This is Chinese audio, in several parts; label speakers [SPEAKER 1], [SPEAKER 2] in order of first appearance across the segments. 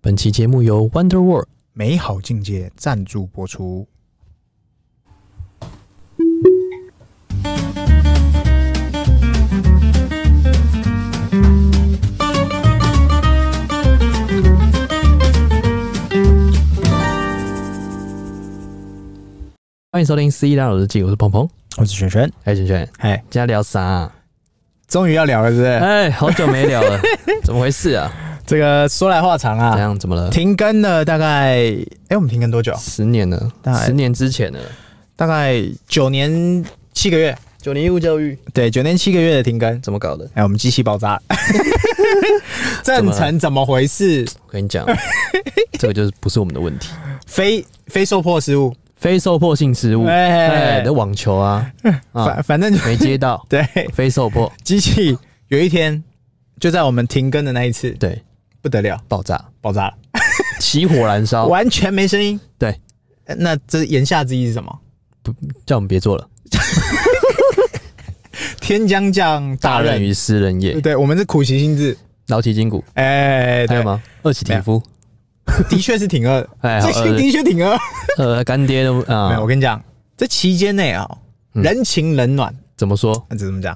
[SPEAKER 1] 本期节目由 Wonder World
[SPEAKER 2] 美好境界赞助播出。
[SPEAKER 1] 欢迎收听《C 一大佬日记》，我是鹏鹏。
[SPEAKER 2] 我是璇璇，
[SPEAKER 1] 哎，璇璇，
[SPEAKER 2] 哎，
[SPEAKER 1] 今天聊啥、啊？
[SPEAKER 2] 终于要聊了，是不是？
[SPEAKER 1] 哎，好久没聊 了，怎么回事啊？
[SPEAKER 2] 这个说来话长
[SPEAKER 1] 怎
[SPEAKER 2] 啊，
[SPEAKER 1] 样？怎么了？
[SPEAKER 2] 停更了大概，哎、我们停更多久？
[SPEAKER 1] 十年了
[SPEAKER 2] 大，概
[SPEAKER 1] 十年之前了。
[SPEAKER 2] 大概九年七个月，
[SPEAKER 1] 九年义务教育
[SPEAKER 2] 对，九年七个月的停更。
[SPEAKER 1] 怎么 搞的？
[SPEAKER 2] 哎、我们机器爆炸了，正成怎么回事？
[SPEAKER 1] 我跟你讲，这个就是不是我们的问题，
[SPEAKER 2] 非非受迫失误，
[SPEAKER 1] 非受迫性失误。
[SPEAKER 2] 哎
[SPEAKER 1] 哎，那网球啊，啊
[SPEAKER 2] 反，反正就，
[SPEAKER 1] 没接到
[SPEAKER 2] 对，
[SPEAKER 1] 非受迫，
[SPEAKER 2] 机器有一天就在我们停更的那一次，
[SPEAKER 1] 对，
[SPEAKER 2] 不得了，
[SPEAKER 1] 爆炸，
[SPEAKER 2] 爆炸了，
[SPEAKER 1] 起火燃烧，
[SPEAKER 2] 完全没声音。
[SPEAKER 1] 对
[SPEAKER 2] 呃，那这言下之意是什么？
[SPEAKER 1] 叫我们别做了，
[SPEAKER 2] 天将降
[SPEAKER 1] 大
[SPEAKER 2] 大任
[SPEAKER 1] 任于斯人也，
[SPEAKER 2] 对，我们是苦其心志。
[SPEAKER 1] 劳其筋骨。
[SPEAKER 2] 哎、
[SPEAKER 1] 还有
[SPEAKER 2] 对，
[SPEAKER 1] 吗？二起体肤，
[SPEAKER 2] 的确是挺饿，
[SPEAKER 1] 哎，好
[SPEAKER 2] 最近的确挺饿。
[SPEAKER 1] 呃呃，干爹都
[SPEAKER 2] 没有，
[SPEAKER 1] 啊
[SPEAKER 2] 我，跟你讲，这期间内啊，
[SPEAKER 1] 嗯
[SPEAKER 2] 人情冷暖，
[SPEAKER 1] 怎么说？
[SPEAKER 2] 那、这怎么讲？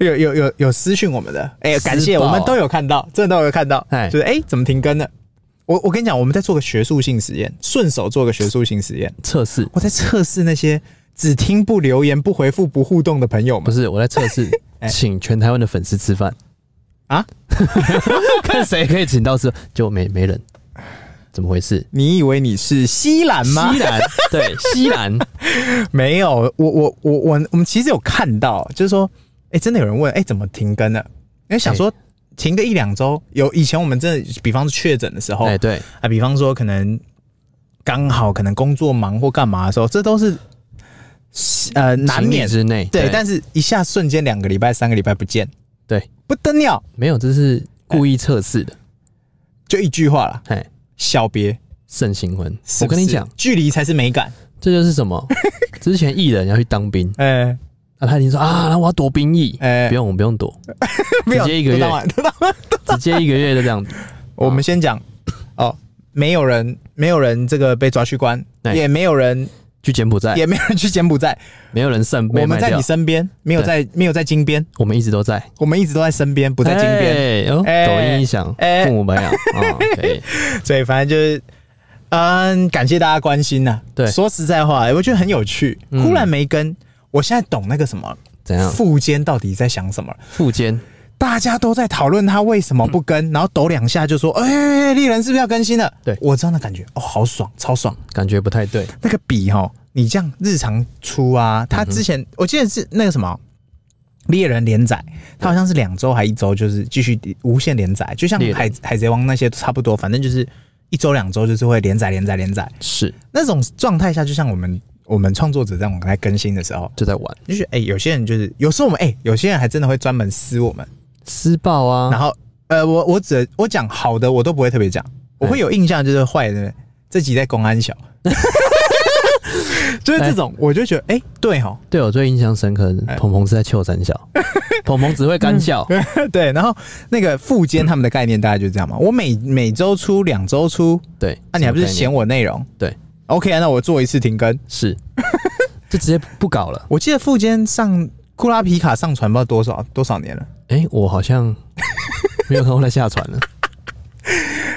[SPEAKER 2] 有有有有私讯我们的，哎、
[SPEAKER 1] 私
[SPEAKER 2] 感谢
[SPEAKER 1] 报
[SPEAKER 2] 我
[SPEAKER 1] 啊
[SPEAKER 2] 们都有看到，真的都有看到，
[SPEAKER 1] 哎
[SPEAKER 2] 就是哎、怎么停更的？我我跟你讲，我们在做个学术性实验，顺手做个学术性实验，
[SPEAKER 1] 测试
[SPEAKER 2] 我在测试那些只听不留言、不回复、不互动的朋友
[SPEAKER 1] 不
[SPEAKER 2] 们。
[SPEAKER 1] 是我在测试
[SPEAKER 2] 哎，
[SPEAKER 1] 请全台湾的粉丝吃饭
[SPEAKER 2] 啊，
[SPEAKER 1] 看谁可以请到吃，就没没人，怎么回事？
[SPEAKER 2] 你以为你是西兰吗
[SPEAKER 1] 西？兰 对西兰，
[SPEAKER 2] 没有，我我我我我们其实有看到，就是说，哎、真的有人问，哎、怎么停更了？因为想说
[SPEAKER 1] 哎
[SPEAKER 2] 停个一两周，有以前我们真的，比方说确诊的时候，
[SPEAKER 1] 哎对，
[SPEAKER 2] 啊，比方说可能刚好可能工作忙或干嘛的时候，这都是呃难
[SPEAKER 1] 情理
[SPEAKER 2] 免
[SPEAKER 1] 之内哎
[SPEAKER 2] 对，但是一下瞬间两个礼拜、三个礼拜不见，
[SPEAKER 1] 对
[SPEAKER 2] 不得了，
[SPEAKER 1] 没有，这是故意测试的，
[SPEAKER 2] 就一句话啦，
[SPEAKER 1] 哎，
[SPEAKER 2] 小别。
[SPEAKER 1] 圣行婚。
[SPEAKER 2] 是
[SPEAKER 1] 我
[SPEAKER 2] 不
[SPEAKER 1] 跟你
[SPEAKER 2] 是
[SPEAKER 1] 讲，，
[SPEAKER 2] 距离才是美感。
[SPEAKER 1] 这就是什 么？之前艺人要去当兵，
[SPEAKER 2] 哎
[SPEAKER 1] 那他已经说啊，我要躲兵役，
[SPEAKER 2] 哎
[SPEAKER 1] 不用，我们不用躲，
[SPEAKER 2] 没有
[SPEAKER 1] 直接一个月
[SPEAKER 2] 都当完都当完
[SPEAKER 1] 直接一个月就这样子。
[SPEAKER 2] 我们 先讲哦，没有人，没有人这个被抓去关，
[SPEAKER 1] 对
[SPEAKER 2] 也没有人，
[SPEAKER 1] 去柬埔 寨，
[SPEAKER 2] 也没有人去柬埔寨。
[SPEAKER 1] 没有人剩，
[SPEAKER 2] 我
[SPEAKER 1] 被
[SPEAKER 2] 们
[SPEAKER 1] 卖
[SPEAKER 2] 在
[SPEAKER 1] 掉
[SPEAKER 2] 你。身边，没有在，没有在金边，
[SPEAKER 1] 我们一直都在，
[SPEAKER 2] 我们一直都在身边，不在金边。
[SPEAKER 1] 边。哦
[SPEAKER 2] 哎
[SPEAKER 1] 抖音一响，
[SPEAKER 2] 哎
[SPEAKER 1] 父母白 养啊，可以。
[SPEAKER 2] 所以反正就是，嗯，感谢大家关心呐、
[SPEAKER 1] 对
[SPEAKER 2] 说实在话，我觉得很有趣，
[SPEAKER 1] 嗯
[SPEAKER 2] 忽然没跟，我现在懂那个什么
[SPEAKER 1] 怎样？
[SPEAKER 2] 副监到底在想什么了。
[SPEAKER 1] 腹肩
[SPEAKER 2] 大家都在讨论他为什么不跟，然后抖两下就说：“哎、丽人是不是要更新了？”
[SPEAKER 1] 对
[SPEAKER 2] 我知道那感觉，哦，好爽，超爽。
[SPEAKER 1] 感觉不太对，
[SPEAKER 2] 那个笔哈，你这样日常出
[SPEAKER 1] 嗯
[SPEAKER 2] 啊，他之前、我记得是那个什么猎人连载，他好像是两周还一周，就是继续无限连载，就像
[SPEAKER 1] 猎人
[SPEAKER 2] 海海贼王那些差不多，反正就是一周两周就是会连载连载连载
[SPEAKER 1] 是
[SPEAKER 2] 那种状态下，就像我们我们创作者在我们在更新的时候，
[SPEAKER 1] 就在玩
[SPEAKER 2] 就是哎、有些人就是有时候我们哎、有些人还真的会专门撕我们，
[SPEAKER 1] 施暴
[SPEAKER 2] 然
[SPEAKER 1] 啊，
[SPEAKER 2] 后呃，我我只我讲好的我都不会特别讲，我
[SPEAKER 1] 哎
[SPEAKER 2] 会有印象就是坏的这集在公 安小，就是这种，我就觉得哎、对 哈，
[SPEAKER 1] 对我最印象深刻的
[SPEAKER 2] 哎
[SPEAKER 1] 鹏鹏是在秋三 笑，鹏鹏只会干笑，
[SPEAKER 2] 嗯对，然后那个副监他们的概念大概就是这样嘛，我每每周出两周出，
[SPEAKER 1] 对，
[SPEAKER 2] 啊，你还不是
[SPEAKER 1] 什么概念
[SPEAKER 2] 嫌我内容
[SPEAKER 1] 对
[SPEAKER 2] ？OK 啊，那我做一次停更。
[SPEAKER 1] 是，就直接不搞了。
[SPEAKER 2] 我记得副监上库拉皮卡上传不知道多少多少年了，
[SPEAKER 1] 哎，我好 像没有看过他下船了，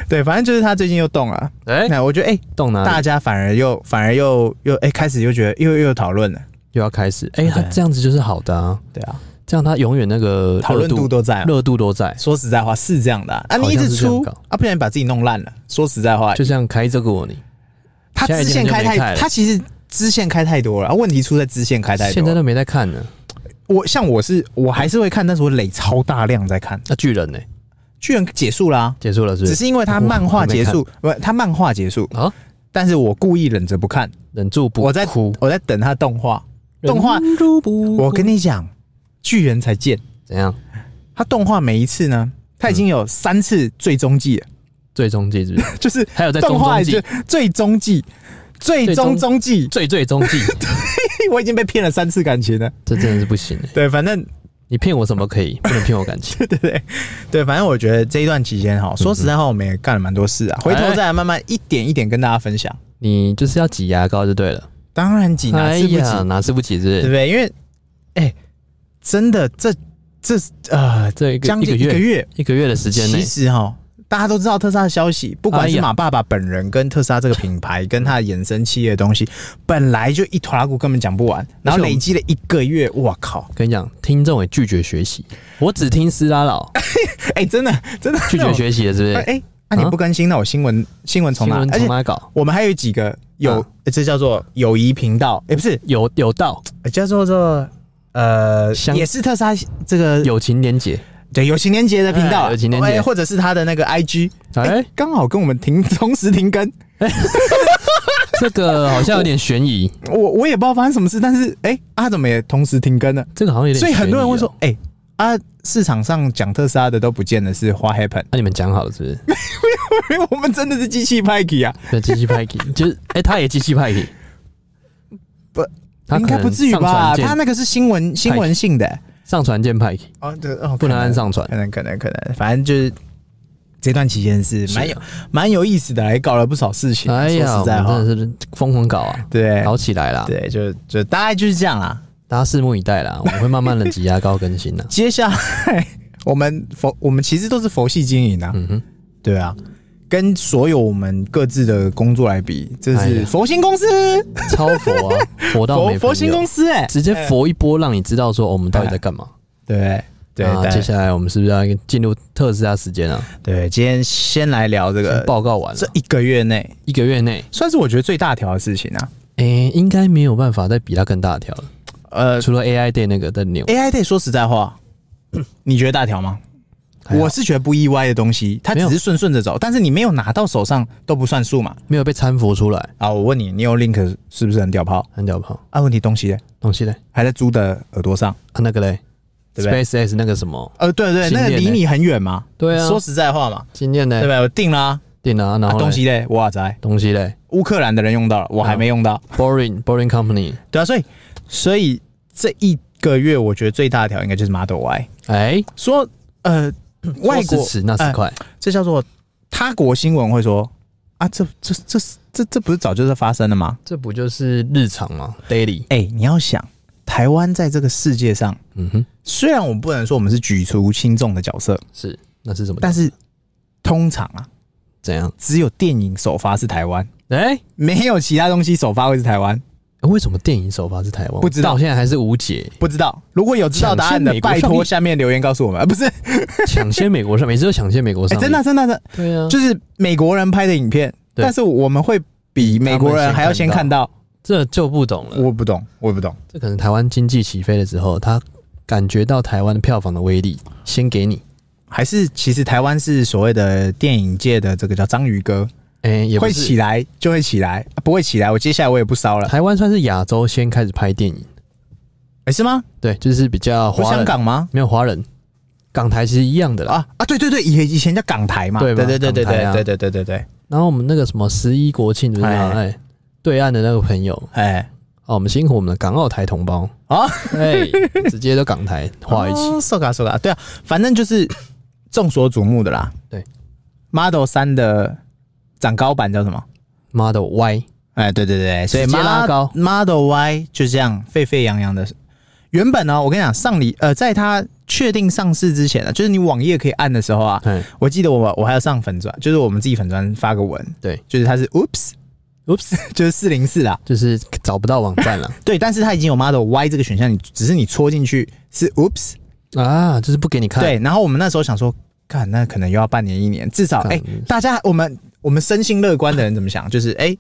[SPEAKER 2] 对，反正就是他最近又动了，
[SPEAKER 1] 哎，
[SPEAKER 2] 那我觉得哎、
[SPEAKER 1] 动哪
[SPEAKER 2] 大
[SPEAKER 1] 里
[SPEAKER 2] 家反而又反而又又哎、开始又觉得又又讨论了，
[SPEAKER 1] 又要开始？哎，他
[SPEAKER 2] 对
[SPEAKER 1] 这样子就是好的啊，
[SPEAKER 2] 对啊，
[SPEAKER 1] 这样他永远那个
[SPEAKER 2] 讨论度都在啊
[SPEAKER 1] 热度都在，
[SPEAKER 2] 说实在话是这样的啊，啊你一
[SPEAKER 1] 好像
[SPEAKER 2] 直
[SPEAKER 1] 是这样
[SPEAKER 2] 出
[SPEAKER 1] 搞
[SPEAKER 2] 啊，不然把自己弄烂了。说实在话，
[SPEAKER 1] 就像开这个我你，
[SPEAKER 2] 他
[SPEAKER 1] 现在
[SPEAKER 2] 支
[SPEAKER 1] 已经
[SPEAKER 2] 线开
[SPEAKER 1] 很久没开
[SPEAKER 2] 太，
[SPEAKER 1] 了
[SPEAKER 2] 他其实支线开太多了，啊问题出在支线开太
[SPEAKER 1] 现在
[SPEAKER 2] 多。
[SPEAKER 1] 都没在看呢。
[SPEAKER 2] 我像我是我还是会看，但是我累超大量在看。
[SPEAKER 1] 啊那巨人呢？
[SPEAKER 2] 巨人结束啦、啊
[SPEAKER 1] 结束了是不
[SPEAKER 2] 只
[SPEAKER 1] 是？
[SPEAKER 2] 是因为他漫画结束，不，他漫画结束，
[SPEAKER 1] 啊，
[SPEAKER 2] 但是我故意忍着不看，
[SPEAKER 1] 忍住不
[SPEAKER 2] 我在
[SPEAKER 1] 哭，
[SPEAKER 2] 我在等他动画。动画，
[SPEAKER 1] 忍住不哭
[SPEAKER 2] 我跟你讲，巨人才贱，
[SPEAKER 1] 怎样？
[SPEAKER 2] 他动画每一次呢，他
[SPEAKER 1] 嗯
[SPEAKER 2] 已经有三次最终季了，
[SPEAKER 1] 最终季是不 是？
[SPEAKER 2] 就是
[SPEAKER 1] 还有在
[SPEAKER 2] 动
[SPEAKER 1] 中
[SPEAKER 2] 画
[SPEAKER 1] 中
[SPEAKER 2] 已经
[SPEAKER 1] 季，
[SPEAKER 2] 最终季。最
[SPEAKER 1] 最
[SPEAKER 2] 终
[SPEAKER 1] 终
[SPEAKER 2] 终 季，
[SPEAKER 1] 最最终季，
[SPEAKER 2] 我已经被骗了三次感情了。
[SPEAKER 1] 这真的是不行、欸。
[SPEAKER 2] 对，反正
[SPEAKER 1] 你骗我什么可以，不能骗我感情。
[SPEAKER 2] 对对对对，反正我觉得这一段期间哈，说实在话，我们也干了蛮多事啊，回头
[SPEAKER 1] 哎
[SPEAKER 2] 再来慢慢一点一点跟大家分享。
[SPEAKER 1] 你就是要挤牙膏就对了。哎
[SPEAKER 2] 当然挤哪次不挤，
[SPEAKER 1] 哪次不挤是不
[SPEAKER 2] 对不
[SPEAKER 1] 是？
[SPEAKER 2] 对？因为哎、真的这这呃
[SPEAKER 1] 这一个
[SPEAKER 2] 将
[SPEAKER 1] 一个
[SPEAKER 2] 近一个
[SPEAKER 1] 月
[SPEAKER 2] 月
[SPEAKER 1] 一个月的时间内
[SPEAKER 2] 其，实哈，大家都知道特斯拉的消息，不管
[SPEAKER 1] 哎
[SPEAKER 2] 是
[SPEAKER 1] 呀
[SPEAKER 2] 马爸爸本人跟特斯拉这个品牌，跟它的衍生企业的东西，本来就一坨拉股根本讲不完，然后累积了一个月，哇靠！
[SPEAKER 1] 跟你讲，听众也拒绝学习，我只听斯拉佬
[SPEAKER 2] 哎、真的真的
[SPEAKER 1] 拒绝学习了，是不
[SPEAKER 2] 那
[SPEAKER 1] 是
[SPEAKER 2] 种？哎，那、你不更新，那我新闻新闻从
[SPEAKER 1] 啊嗯新
[SPEAKER 2] 哪
[SPEAKER 1] 闻？
[SPEAKER 2] 而且
[SPEAKER 1] 从哪搞？
[SPEAKER 2] 我们还有几个有，
[SPEAKER 1] 啊
[SPEAKER 2] 呃这叫做友谊频道，哎、不是，
[SPEAKER 1] 有有道，
[SPEAKER 2] 呃叫做做呃，
[SPEAKER 1] 相
[SPEAKER 2] 也是特斯拉这个
[SPEAKER 1] 友情连结。
[SPEAKER 2] 对友情连接的频道，
[SPEAKER 1] 哎友情连结
[SPEAKER 2] 哎或者是他的那个 IG，哎、
[SPEAKER 1] 哎，
[SPEAKER 2] 刚好跟我们停同时停更。
[SPEAKER 1] 这个好像有点悬 疑，
[SPEAKER 2] 我我也不知道发生什么事，但是哎、啊，怎么也同时停更了？
[SPEAKER 1] 这个好像有点。
[SPEAKER 2] 所以很多人会说，，哎、啊，市场上讲特斯拉的都不见得是花 happen，
[SPEAKER 1] 那你们讲好了是不是？
[SPEAKER 2] 因为我们真的是机器派给啊，
[SPEAKER 1] 对，机器派给， 就是哎，他也机器派给，
[SPEAKER 2] 不，
[SPEAKER 1] 他
[SPEAKER 2] 应
[SPEAKER 1] 可
[SPEAKER 2] 该
[SPEAKER 1] 能
[SPEAKER 2] 不至于
[SPEAKER 1] 上
[SPEAKER 2] 吧？
[SPEAKER 1] 传键
[SPEAKER 2] 他那个是新闻新闻性的、
[SPEAKER 1] 上传键派给，
[SPEAKER 2] 哦，对哦，
[SPEAKER 1] 不能按上传。
[SPEAKER 2] 可能可能可能，反正就是这段期间是蛮
[SPEAKER 1] 是
[SPEAKER 2] 有蛮有意思的，也搞了不少事情。啊
[SPEAKER 1] 哎呀，
[SPEAKER 2] 说
[SPEAKER 1] 我
[SPEAKER 2] 实在
[SPEAKER 1] 们
[SPEAKER 2] 话，
[SPEAKER 1] 真的是疯狂搞啊，
[SPEAKER 2] 对
[SPEAKER 1] 搞起来啦！
[SPEAKER 2] 对，就就大概就是这样啦。。
[SPEAKER 1] 大家拭目以待啦，我们会慢慢的挤牙膏更新的
[SPEAKER 2] 接下来我们佛我们其实都是佛系经营啊，
[SPEAKER 1] 嗯哼，
[SPEAKER 2] 对啊，跟所有我们各自的工作来比，这
[SPEAKER 1] 哎
[SPEAKER 2] 是
[SPEAKER 1] 呀
[SPEAKER 2] 佛心公司，
[SPEAKER 1] 超佛 啊，佛到
[SPEAKER 2] 佛
[SPEAKER 1] 没
[SPEAKER 2] 佛
[SPEAKER 1] 朋
[SPEAKER 2] 心
[SPEAKER 1] 友
[SPEAKER 2] 公，司哎、
[SPEAKER 1] 直接佛一波，让你知道说哦我们到底在干嘛。
[SPEAKER 2] 对哎对
[SPEAKER 1] 那接
[SPEAKER 2] 对
[SPEAKER 1] 下来我们啊是不是要进入特斯拉时间啊？
[SPEAKER 2] 对，今天先来聊这个
[SPEAKER 1] 先报告完
[SPEAKER 2] 呃这
[SPEAKER 1] 了，
[SPEAKER 2] 一个月内
[SPEAKER 1] 一个月内，
[SPEAKER 2] 算是我觉得最大条的事情啊，
[SPEAKER 1] 诶，应该没有办法再比它更大条了，
[SPEAKER 2] 呃
[SPEAKER 1] 除了 AI Day 那个在牛，
[SPEAKER 2] ，AI Day 说实在话，你觉得大条吗？
[SPEAKER 1] 还好
[SPEAKER 2] 我是觉得不意外的东西，它
[SPEAKER 1] 没
[SPEAKER 2] 只
[SPEAKER 1] 有
[SPEAKER 2] 是顺顺着走，但是你没有拿到手上都不算数嘛。
[SPEAKER 1] 没有被搀扶出来，
[SPEAKER 2] 啊，我问你，你有 Link 是不是很屌炮？
[SPEAKER 1] 很屌炮。
[SPEAKER 2] 啊，问题东西嘞
[SPEAKER 1] 东西嘞，
[SPEAKER 2] 还在猪的耳朵上。
[SPEAKER 1] 啊那个嘞
[SPEAKER 2] 对不对
[SPEAKER 1] ，SpaceX 那个什么，
[SPEAKER 2] 呃，对对，
[SPEAKER 1] 新
[SPEAKER 2] 那个
[SPEAKER 1] 店
[SPEAKER 2] 离
[SPEAKER 1] 嘞
[SPEAKER 2] 你很远嘛。
[SPEAKER 1] 对啊
[SPEAKER 2] 说实在话嘛，
[SPEAKER 1] 今天
[SPEAKER 2] 对不
[SPEAKER 1] 嘞，
[SPEAKER 2] 对？我定啦、
[SPEAKER 1] 电脑啊然
[SPEAKER 2] 啊，
[SPEAKER 1] 后嘞
[SPEAKER 2] 东西嘞，啊哇塞，
[SPEAKER 1] 东西嘞
[SPEAKER 2] 乌克兰的人用到了，我还没用到。
[SPEAKER 1] ，Boring Boring Company，
[SPEAKER 2] 对啊，所以所以这一个月我觉得最大的条应该就是 Model Y，
[SPEAKER 1] 哎，
[SPEAKER 2] 说呃外
[SPEAKER 1] 说
[SPEAKER 2] 国
[SPEAKER 1] 时迟那时
[SPEAKER 2] 哎
[SPEAKER 1] 快，
[SPEAKER 2] 这叫做他国新闻会说啊，这这这这这不是早就在发生了吗？
[SPEAKER 1] 这不就是日常吗？Daily，
[SPEAKER 2] 哎、你要想，台湾在这个世界上，
[SPEAKER 1] 嗯哼，
[SPEAKER 2] 虽然我们不能说我们是举足轻重的角色，
[SPEAKER 1] 是，那是什么？
[SPEAKER 2] 但是通常啊，
[SPEAKER 1] 怎样？
[SPEAKER 2] 只有电影首发是台湾，
[SPEAKER 1] 哎。
[SPEAKER 2] 没有其他东西首发会是台湾。
[SPEAKER 1] 为什么电影首发是台湾？
[SPEAKER 2] 不知道
[SPEAKER 1] 我到现在还是无解。
[SPEAKER 2] 不知道，如果有知道答案
[SPEAKER 1] 抢
[SPEAKER 2] 的，
[SPEAKER 1] 先美国
[SPEAKER 2] 拜
[SPEAKER 1] 上
[SPEAKER 2] 托
[SPEAKER 1] 映
[SPEAKER 2] 下面留言告诉我们。啊、不是，哎、
[SPEAKER 1] 抢先美国上，每次都抢先美国上映、
[SPEAKER 2] 真的啊、真的啊真的啊，
[SPEAKER 1] 对啊，
[SPEAKER 2] 就是美国人拍的影片，
[SPEAKER 1] 对
[SPEAKER 2] 但是我们会比美国人还要先看到。嗯
[SPEAKER 1] 这就不懂了。
[SPEAKER 2] 我不懂，我也不懂。
[SPEAKER 1] 这可能台湾经济起飞的时候，他感觉到台湾的票房的威力，先给你。
[SPEAKER 2] 还是其实台湾是所谓的电影界的这个叫章鱼哥，
[SPEAKER 1] 哎、也不
[SPEAKER 2] 会
[SPEAKER 1] 是
[SPEAKER 2] 起来就会起来，啊不会起来，我接下来我也不烧了。
[SPEAKER 1] 台湾算是亚洲先开始拍电影，
[SPEAKER 2] 哎、是吗？
[SPEAKER 1] 对，就是比较
[SPEAKER 2] 不是
[SPEAKER 1] 华人
[SPEAKER 2] 香港吗？
[SPEAKER 1] 没有华人，港台其实一样的啦。
[SPEAKER 2] 啊啊，对对对，以以前叫港台嘛，
[SPEAKER 1] 对吧
[SPEAKER 2] 对对对对
[SPEAKER 1] 港台
[SPEAKER 2] 对
[SPEAKER 1] 啊
[SPEAKER 2] 对对对对对，
[SPEAKER 1] 然后我们那个什么十一国庆，就是
[SPEAKER 2] 哎
[SPEAKER 1] 哎、对岸的那个朋友
[SPEAKER 2] 哎，
[SPEAKER 1] 哦，我们辛苦我们的港澳台同胞
[SPEAKER 2] 啊，
[SPEAKER 1] 哎、直接都港台画一起。
[SPEAKER 2] 搜哦嘎搜嘎，对啊，反正就是众所瞩目的啦。
[SPEAKER 1] 对
[SPEAKER 2] ，Model 三的长高版叫什么？
[SPEAKER 1] Model Y
[SPEAKER 2] 哎，对对对，所以
[SPEAKER 1] 直接拉
[SPEAKER 2] Mod-
[SPEAKER 1] 高
[SPEAKER 2] Model Y 就这样沸沸扬扬的。原本呢、我跟你讲，上礼呃，在它确定上市之前呢、啊就是你网页可以按的时候啊，
[SPEAKER 1] 哎
[SPEAKER 2] 我记得我我还要上粉砖，就是我们自己粉砖发个文，
[SPEAKER 1] 对，
[SPEAKER 2] 就是它是 Oops，
[SPEAKER 1] ，Oops，
[SPEAKER 2] 就是四零四啦，
[SPEAKER 1] 就是找不到网站 了。
[SPEAKER 2] 对，但是它已经有 Model Y 这个选项，你只是你戳进去是 Oops，
[SPEAKER 1] 啊，就是不给你看。，
[SPEAKER 2] 对，然后我们那时候想说，看那可能又要半年一年，至少
[SPEAKER 1] 看
[SPEAKER 2] 哎、大家我们我们生性乐观的人怎么想，就是哎、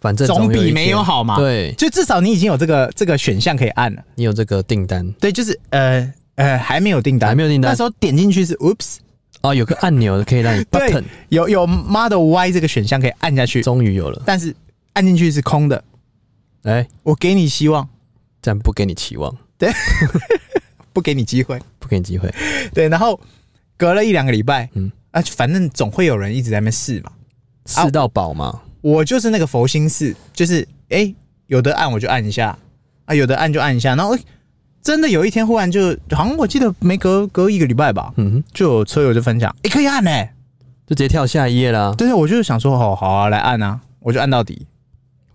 [SPEAKER 1] 反正
[SPEAKER 2] 总
[SPEAKER 1] 有一
[SPEAKER 2] 比
[SPEAKER 1] 天
[SPEAKER 2] 没有。好嘛，，
[SPEAKER 1] 对
[SPEAKER 2] 就至少你已经有这个这个选项可以按了，
[SPEAKER 1] 你有这个订单
[SPEAKER 2] 对，就是呃呃还没有订单，
[SPEAKER 1] 还没有订单
[SPEAKER 2] 那时候点进去是 Oops，
[SPEAKER 1] 哦，有个按钮可以让你
[SPEAKER 2] 对
[SPEAKER 1] button，
[SPEAKER 2] 有有 Model Y 这个选项可以按下去，
[SPEAKER 1] 终于有了。
[SPEAKER 2] 但是按进去是空的，
[SPEAKER 1] 哎，
[SPEAKER 2] 我给你希望，
[SPEAKER 1] 但不给你期望，
[SPEAKER 2] 不给你机会。
[SPEAKER 1] 不给你机会。
[SPEAKER 2] 对，然后隔了一两个礼拜，嗯
[SPEAKER 1] 嗯，
[SPEAKER 2] 啊，反正总会有人一直在那边试嘛。啊
[SPEAKER 1] 试到饱嘛，
[SPEAKER 2] 我就是那个佛心试，就是哎、诶有的按我就按一下，啊，有的按就按一下，然后、诶真的有一天忽然就，好像我记得没隔隔一个礼拜吧，
[SPEAKER 1] 嗯哼，
[SPEAKER 2] 就有车友就分享，哎、可以按呢、
[SPEAKER 1] 就直接跳下一页啦。
[SPEAKER 2] 对对，我就想说，哦，好啊，来按啊，我就按到底。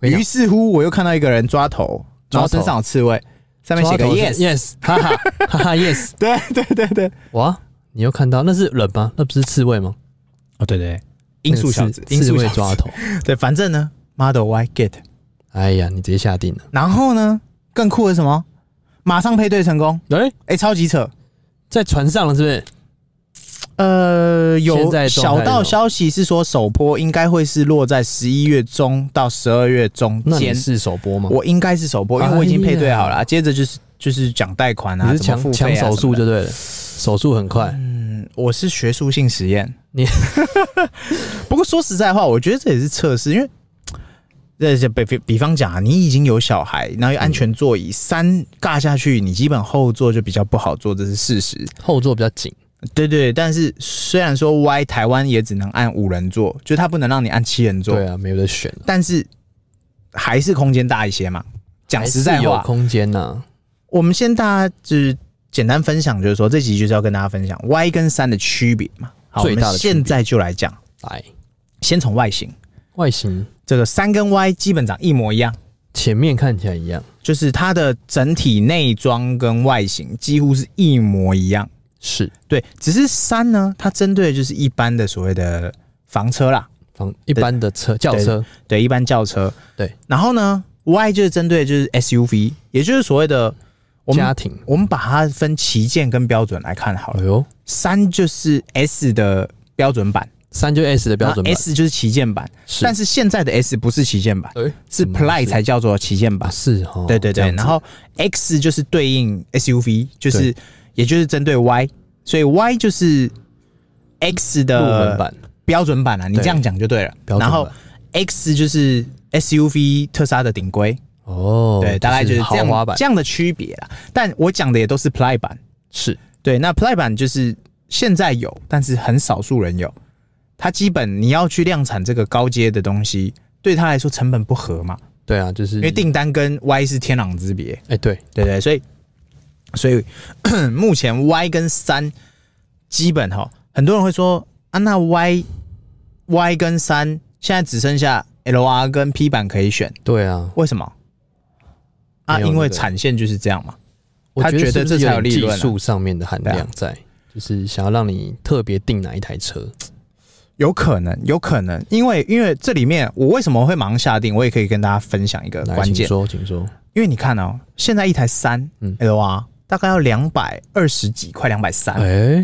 [SPEAKER 1] 我跟你讲
[SPEAKER 2] 于是乎，我又看到一个人抓头，然
[SPEAKER 1] 抓头
[SPEAKER 2] 后身上有刺猬，上面写个
[SPEAKER 1] 抓头是
[SPEAKER 2] yes。
[SPEAKER 1] yes，哈哈哈哈 yes。
[SPEAKER 2] 对对对对，
[SPEAKER 1] 哇，你又看到那是人吗？那不是刺猬吗？
[SPEAKER 2] 哦对对，音速小子
[SPEAKER 1] 那，个
[SPEAKER 2] 音
[SPEAKER 1] 刺刺
[SPEAKER 2] 速
[SPEAKER 1] 猬
[SPEAKER 2] 小
[SPEAKER 1] 抓
[SPEAKER 2] 子。
[SPEAKER 1] 头。
[SPEAKER 2] 对，反正呢，Model Y get。
[SPEAKER 1] 哎呀，你直接下定了。
[SPEAKER 2] 然后呢，更酷的是什么？马上配对成功，
[SPEAKER 1] 哎、
[SPEAKER 2] 哎、超级扯。
[SPEAKER 1] 在船上了是不是？
[SPEAKER 2] 呃，
[SPEAKER 1] 现
[SPEAKER 2] 有
[SPEAKER 1] 在状态
[SPEAKER 2] 小
[SPEAKER 1] 是什
[SPEAKER 2] 道
[SPEAKER 1] 么
[SPEAKER 2] 消息是说，首播应该会是落在十一月中到十二月中
[SPEAKER 1] 那你
[SPEAKER 2] 间。
[SPEAKER 1] 是首播吗？哎
[SPEAKER 2] 我应该是首播，因为我已经配对好了啊、接着就是就是讲贷款啊，
[SPEAKER 1] 你是
[SPEAKER 2] 怎么付
[SPEAKER 1] 抢抢
[SPEAKER 2] 费啊
[SPEAKER 1] 手
[SPEAKER 2] 什么
[SPEAKER 1] 速
[SPEAKER 2] 的嗯
[SPEAKER 1] 就对了，手速很快。
[SPEAKER 2] 我是学术性实验。
[SPEAKER 1] 你
[SPEAKER 2] 不过说实在话，我觉得这也是测试，因为这这比比比方讲啊，你已经有小孩，然后有安全座椅，三尬下去，你基本后座就比较不好坐，这是事实。
[SPEAKER 1] 后座比较紧，
[SPEAKER 2] 对对，但是虽然说 Y 台湾也只能按五人座，就它不能让你按七人座，
[SPEAKER 1] 对啊，没有得选了。
[SPEAKER 2] 但是还是空间大一些嘛。讲实在
[SPEAKER 1] 还是有
[SPEAKER 2] 话，
[SPEAKER 1] 空间呐、
[SPEAKER 2] 我们先大家就是简单分享，就是说这集就是要跟大家分享 Y 跟三的区别嘛。好，我
[SPEAKER 1] 最
[SPEAKER 2] 们
[SPEAKER 1] 大的区别
[SPEAKER 2] 现在就来讲，
[SPEAKER 1] 来，
[SPEAKER 2] 先从外形，
[SPEAKER 1] 外形
[SPEAKER 2] 这个三跟 Y 基本长一模一样，
[SPEAKER 1] 前面看起来一样，
[SPEAKER 2] 就是它的整体内装跟外形几乎是一模一样。
[SPEAKER 1] 是
[SPEAKER 2] 对，只是三呢，它针对的就是一般的所谓的房车啦，
[SPEAKER 1] 房一般的车轿车，
[SPEAKER 2] 对，一般轿车。
[SPEAKER 1] 对，
[SPEAKER 2] 然后呢，Y 就是针对的就是 SUV，也就是所谓的我
[SPEAKER 1] 家
[SPEAKER 2] 们
[SPEAKER 1] 庭。
[SPEAKER 2] 我们把它分旗舰跟标准来看好了
[SPEAKER 1] 哎。呦，
[SPEAKER 2] 三就是 S 的标准版，
[SPEAKER 1] 三就 S 的标准版
[SPEAKER 2] 那啊 S 就是旗舰版，
[SPEAKER 1] 是
[SPEAKER 2] 但是现在的 S 不是旗舰版，
[SPEAKER 1] 哎、
[SPEAKER 2] 是
[SPEAKER 1] 什么
[SPEAKER 2] Play 才叫做旗舰
[SPEAKER 1] 啊
[SPEAKER 2] 版。
[SPEAKER 1] 是哈、哦，
[SPEAKER 2] 对对
[SPEAKER 1] 这
[SPEAKER 2] 对，
[SPEAKER 1] 样子
[SPEAKER 2] 然后 X 就是对应 SUV，就是也就是针对 Y，所以 Y 就是 X
[SPEAKER 1] 入门
[SPEAKER 2] 的
[SPEAKER 1] 版
[SPEAKER 2] 标准版啊，你这样讲就对了。
[SPEAKER 1] 标准版
[SPEAKER 2] 然后 X 就是 SUV 特斯拉的顶规，
[SPEAKER 1] 哦，
[SPEAKER 2] 对，大概就是这
[SPEAKER 1] 豪华
[SPEAKER 2] 样
[SPEAKER 1] 版
[SPEAKER 2] 这样的区别啦。但我讲的也都是 Play 版，
[SPEAKER 1] 是
[SPEAKER 2] 对，那 Play 版就是现在有，但是很少数人有。它基本你要去量产这个高阶的东西，对它来说成本不合嘛，
[SPEAKER 1] 对啊，就是
[SPEAKER 2] 因为订单跟 Y 是天壤之别。
[SPEAKER 1] 哎、对，
[SPEAKER 2] 对对，所以 所以 目前 Y 跟三基本哈，很多人会说啊，那 Y Y 跟三现在只剩下 L R 跟 P 版可以选，
[SPEAKER 1] 对啊，
[SPEAKER 2] 为什么？啊，
[SPEAKER 1] 没有
[SPEAKER 2] 因为
[SPEAKER 1] 对
[SPEAKER 2] 产线就是这样嘛。
[SPEAKER 1] 我
[SPEAKER 2] 他
[SPEAKER 1] 觉
[SPEAKER 2] 觉得
[SPEAKER 1] 是不是
[SPEAKER 2] 这才有
[SPEAKER 1] 有点
[SPEAKER 2] 利润啊
[SPEAKER 1] 技术上面的含量在，就是想要让你特别订哪一台车，
[SPEAKER 2] 有可能，有可能，因为因为这里面我为什么会马上下定，我也可以跟大家分享一个
[SPEAKER 1] 来，
[SPEAKER 2] 关
[SPEAKER 1] 请
[SPEAKER 2] 键，
[SPEAKER 1] 说，请说，
[SPEAKER 2] 因为你看哦，现在一台三
[SPEAKER 1] 嗯
[SPEAKER 2] L R 大概要两百二十几，快两百
[SPEAKER 1] 哎、
[SPEAKER 2] 三，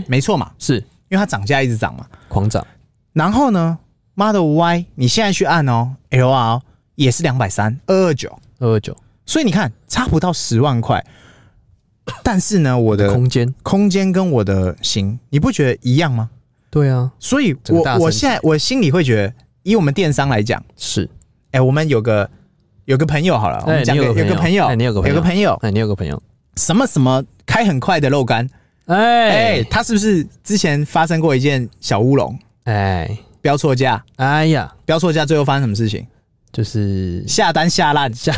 [SPEAKER 2] 没错嘛，
[SPEAKER 1] 是
[SPEAKER 2] 因为它涨价一直涨嘛。
[SPEAKER 1] 狂涨，
[SPEAKER 2] 然后呢，Model Y 你现在去按哦，L R 哦也是两百三二二九，
[SPEAKER 1] 二二九
[SPEAKER 2] 所以你看差不到十万块，但是呢，我 的
[SPEAKER 1] 空间，
[SPEAKER 2] 空间跟我的型，你不觉得一样吗？
[SPEAKER 1] 对啊，
[SPEAKER 2] 所以
[SPEAKER 1] 整个大
[SPEAKER 2] 我我
[SPEAKER 1] 升级
[SPEAKER 2] 现在我心里会觉得，以我们电商来讲，
[SPEAKER 1] 是，
[SPEAKER 2] 哎、我们有个有个朋友好了，我
[SPEAKER 1] 哎
[SPEAKER 2] 们讲
[SPEAKER 1] 你
[SPEAKER 2] 个
[SPEAKER 1] 有个
[SPEAKER 2] 有个
[SPEAKER 1] 朋
[SPEAKER 2] 朋
[SPEAKER 1] 友
[SPEAKER 2] 友，
[SPEAKER 1] 哎你有个朋
[SPEAKER 2] 有
[SPEAKER 1] 友
[SPEAKER 2] 个朋友，
[SPEAKER 1] 哎、你有个朋友，
[SPEAKER 2] 什么什么开很快的肉干，哎、
[SPEAKER 1] 哎
[SPEAKER 2] 他是不是之前发生过一件小乌龙，
[SPEAKER 1] 哎
[SPEAKER 2] 标错价，
[SPEAKER 1] 哎呀，
[SPEAKER 2] 标错价，最后发生什么事情？
[SPEAKER 1] 就是
[SPEAKER 2] 下单下烂下，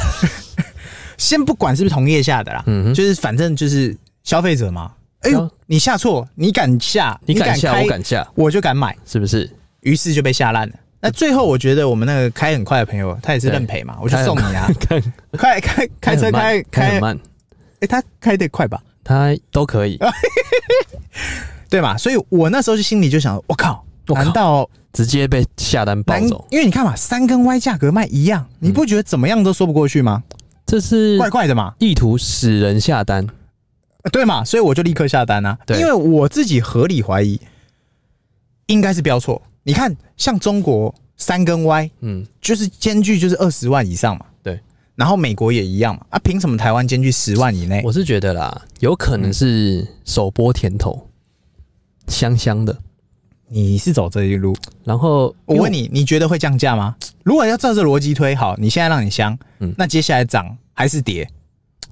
[SPEAKER 2] 先不管是不是同业下的啦，
[SPEAKER 1] 嗯哼
[SPEAKER 2] 就是反正就是消费者嘛，哎呦
[SPEAKER 1] 消，
[SPEAKER 2] 你下错，你敢下，
[SPEAKER 1] 你敢下
[SPEAKER 2] 开
[SPEAKER 1] 我敢下，
[SPEAKER 2] 我就敢买，
[SPEAKER 1] 是不 是？
[SPEAKER 2] 于是就被下烂了。那最后，我觉得我们那个开很快的朋友，他也是
[SPEAKER 1] 对
[SPEAKER 2] 认赔嘛，我就送你啊！
[SPEAKER 1] 看
[SPEAKER 2] 快开开车
[SPEAKER 1] 很慢
[SPEAKER 2] 开
[SPEAKER 1] 开
[SPEAKER 2] 开
[SPEAKER 1] 很，慢，
[SPEAKER 2] 哎、他开得快吧？
[SPEAKER 1] 他都可
[SPEAKER 2] 啊
[SPEAKER 1] 以，
[SPEAKER 2] 对嘛？所以我那时候就心里就想，我靠，
[SPEAKER 1] 我靠
[SPEAKER 2] 难道
[SPEAKER 1] 直接被下单抱
[SPEAKER 2] 难
[SPEAKER 1] 走？，
[SPEAKER 2] 因为你看嘛，三跟 Y 价格卖一样，你不觉得怎么样都说不过去吗？
[SPEAKER 1] 这是
[SPEAKER 2] 怪怪的嘛，
[SPEAKER 1] 意图使人下单，
[SPEAKER 2] 呃对嘛？所以我就立刻下单啊，
[SPEAKER 1] 对
[SPEAKER 2] 因为我自己合理怀疑应该是标错。你看，像中国三跟 Y
[SPEAKER 1] 嗯，
[SPEAKER 2] 就是间距就是二十万以上嘛，
[SPEAKER 1] 对。
[SPEAKER 2] 然后美国也一样嘛，啊，凭什么台湾间距十万以内？
[SPEAKER 1] 我是觉得啦，有可
[SPEAKER 2] 嗯
[SPEAKER 1] 能是首播甜头，香香的。
[SPEAKER 2] 你是走这一路，
[SPEAKER 1] 然后
[SPEAKER 2] 我问
[SPEAKER 1] 你，
[SPEAKER 2] 你，你觉得会降价吗？如果要照这逻辑推，好，你现在让你香，
[SPEAKER 1] 嗯
[SPEAKER 2] 那接下来涨还是跌？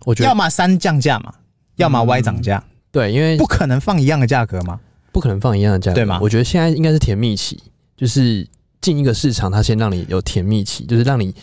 [SPEAKER 1] 我觉
[SPEAKER 2] 要
[SPEAKER 1] 得
[SPEAKER 2] 么三降价嘛，要
[SPEAKER 1] 嗯
[SPEAKER 2] 么 Y 涨价，
[SPEAKER 1] 对，因为
[SPEAKER 2] 不可能放一样的价格嘛。
[SPEAKER 1] 不可能放一样的价格，
[SPEAKER 2] 对吗
[SPEAKER 1] 我觉得现在应该是甜蜜期，就是进一个市场，它先让你有甜蜜期，就是让你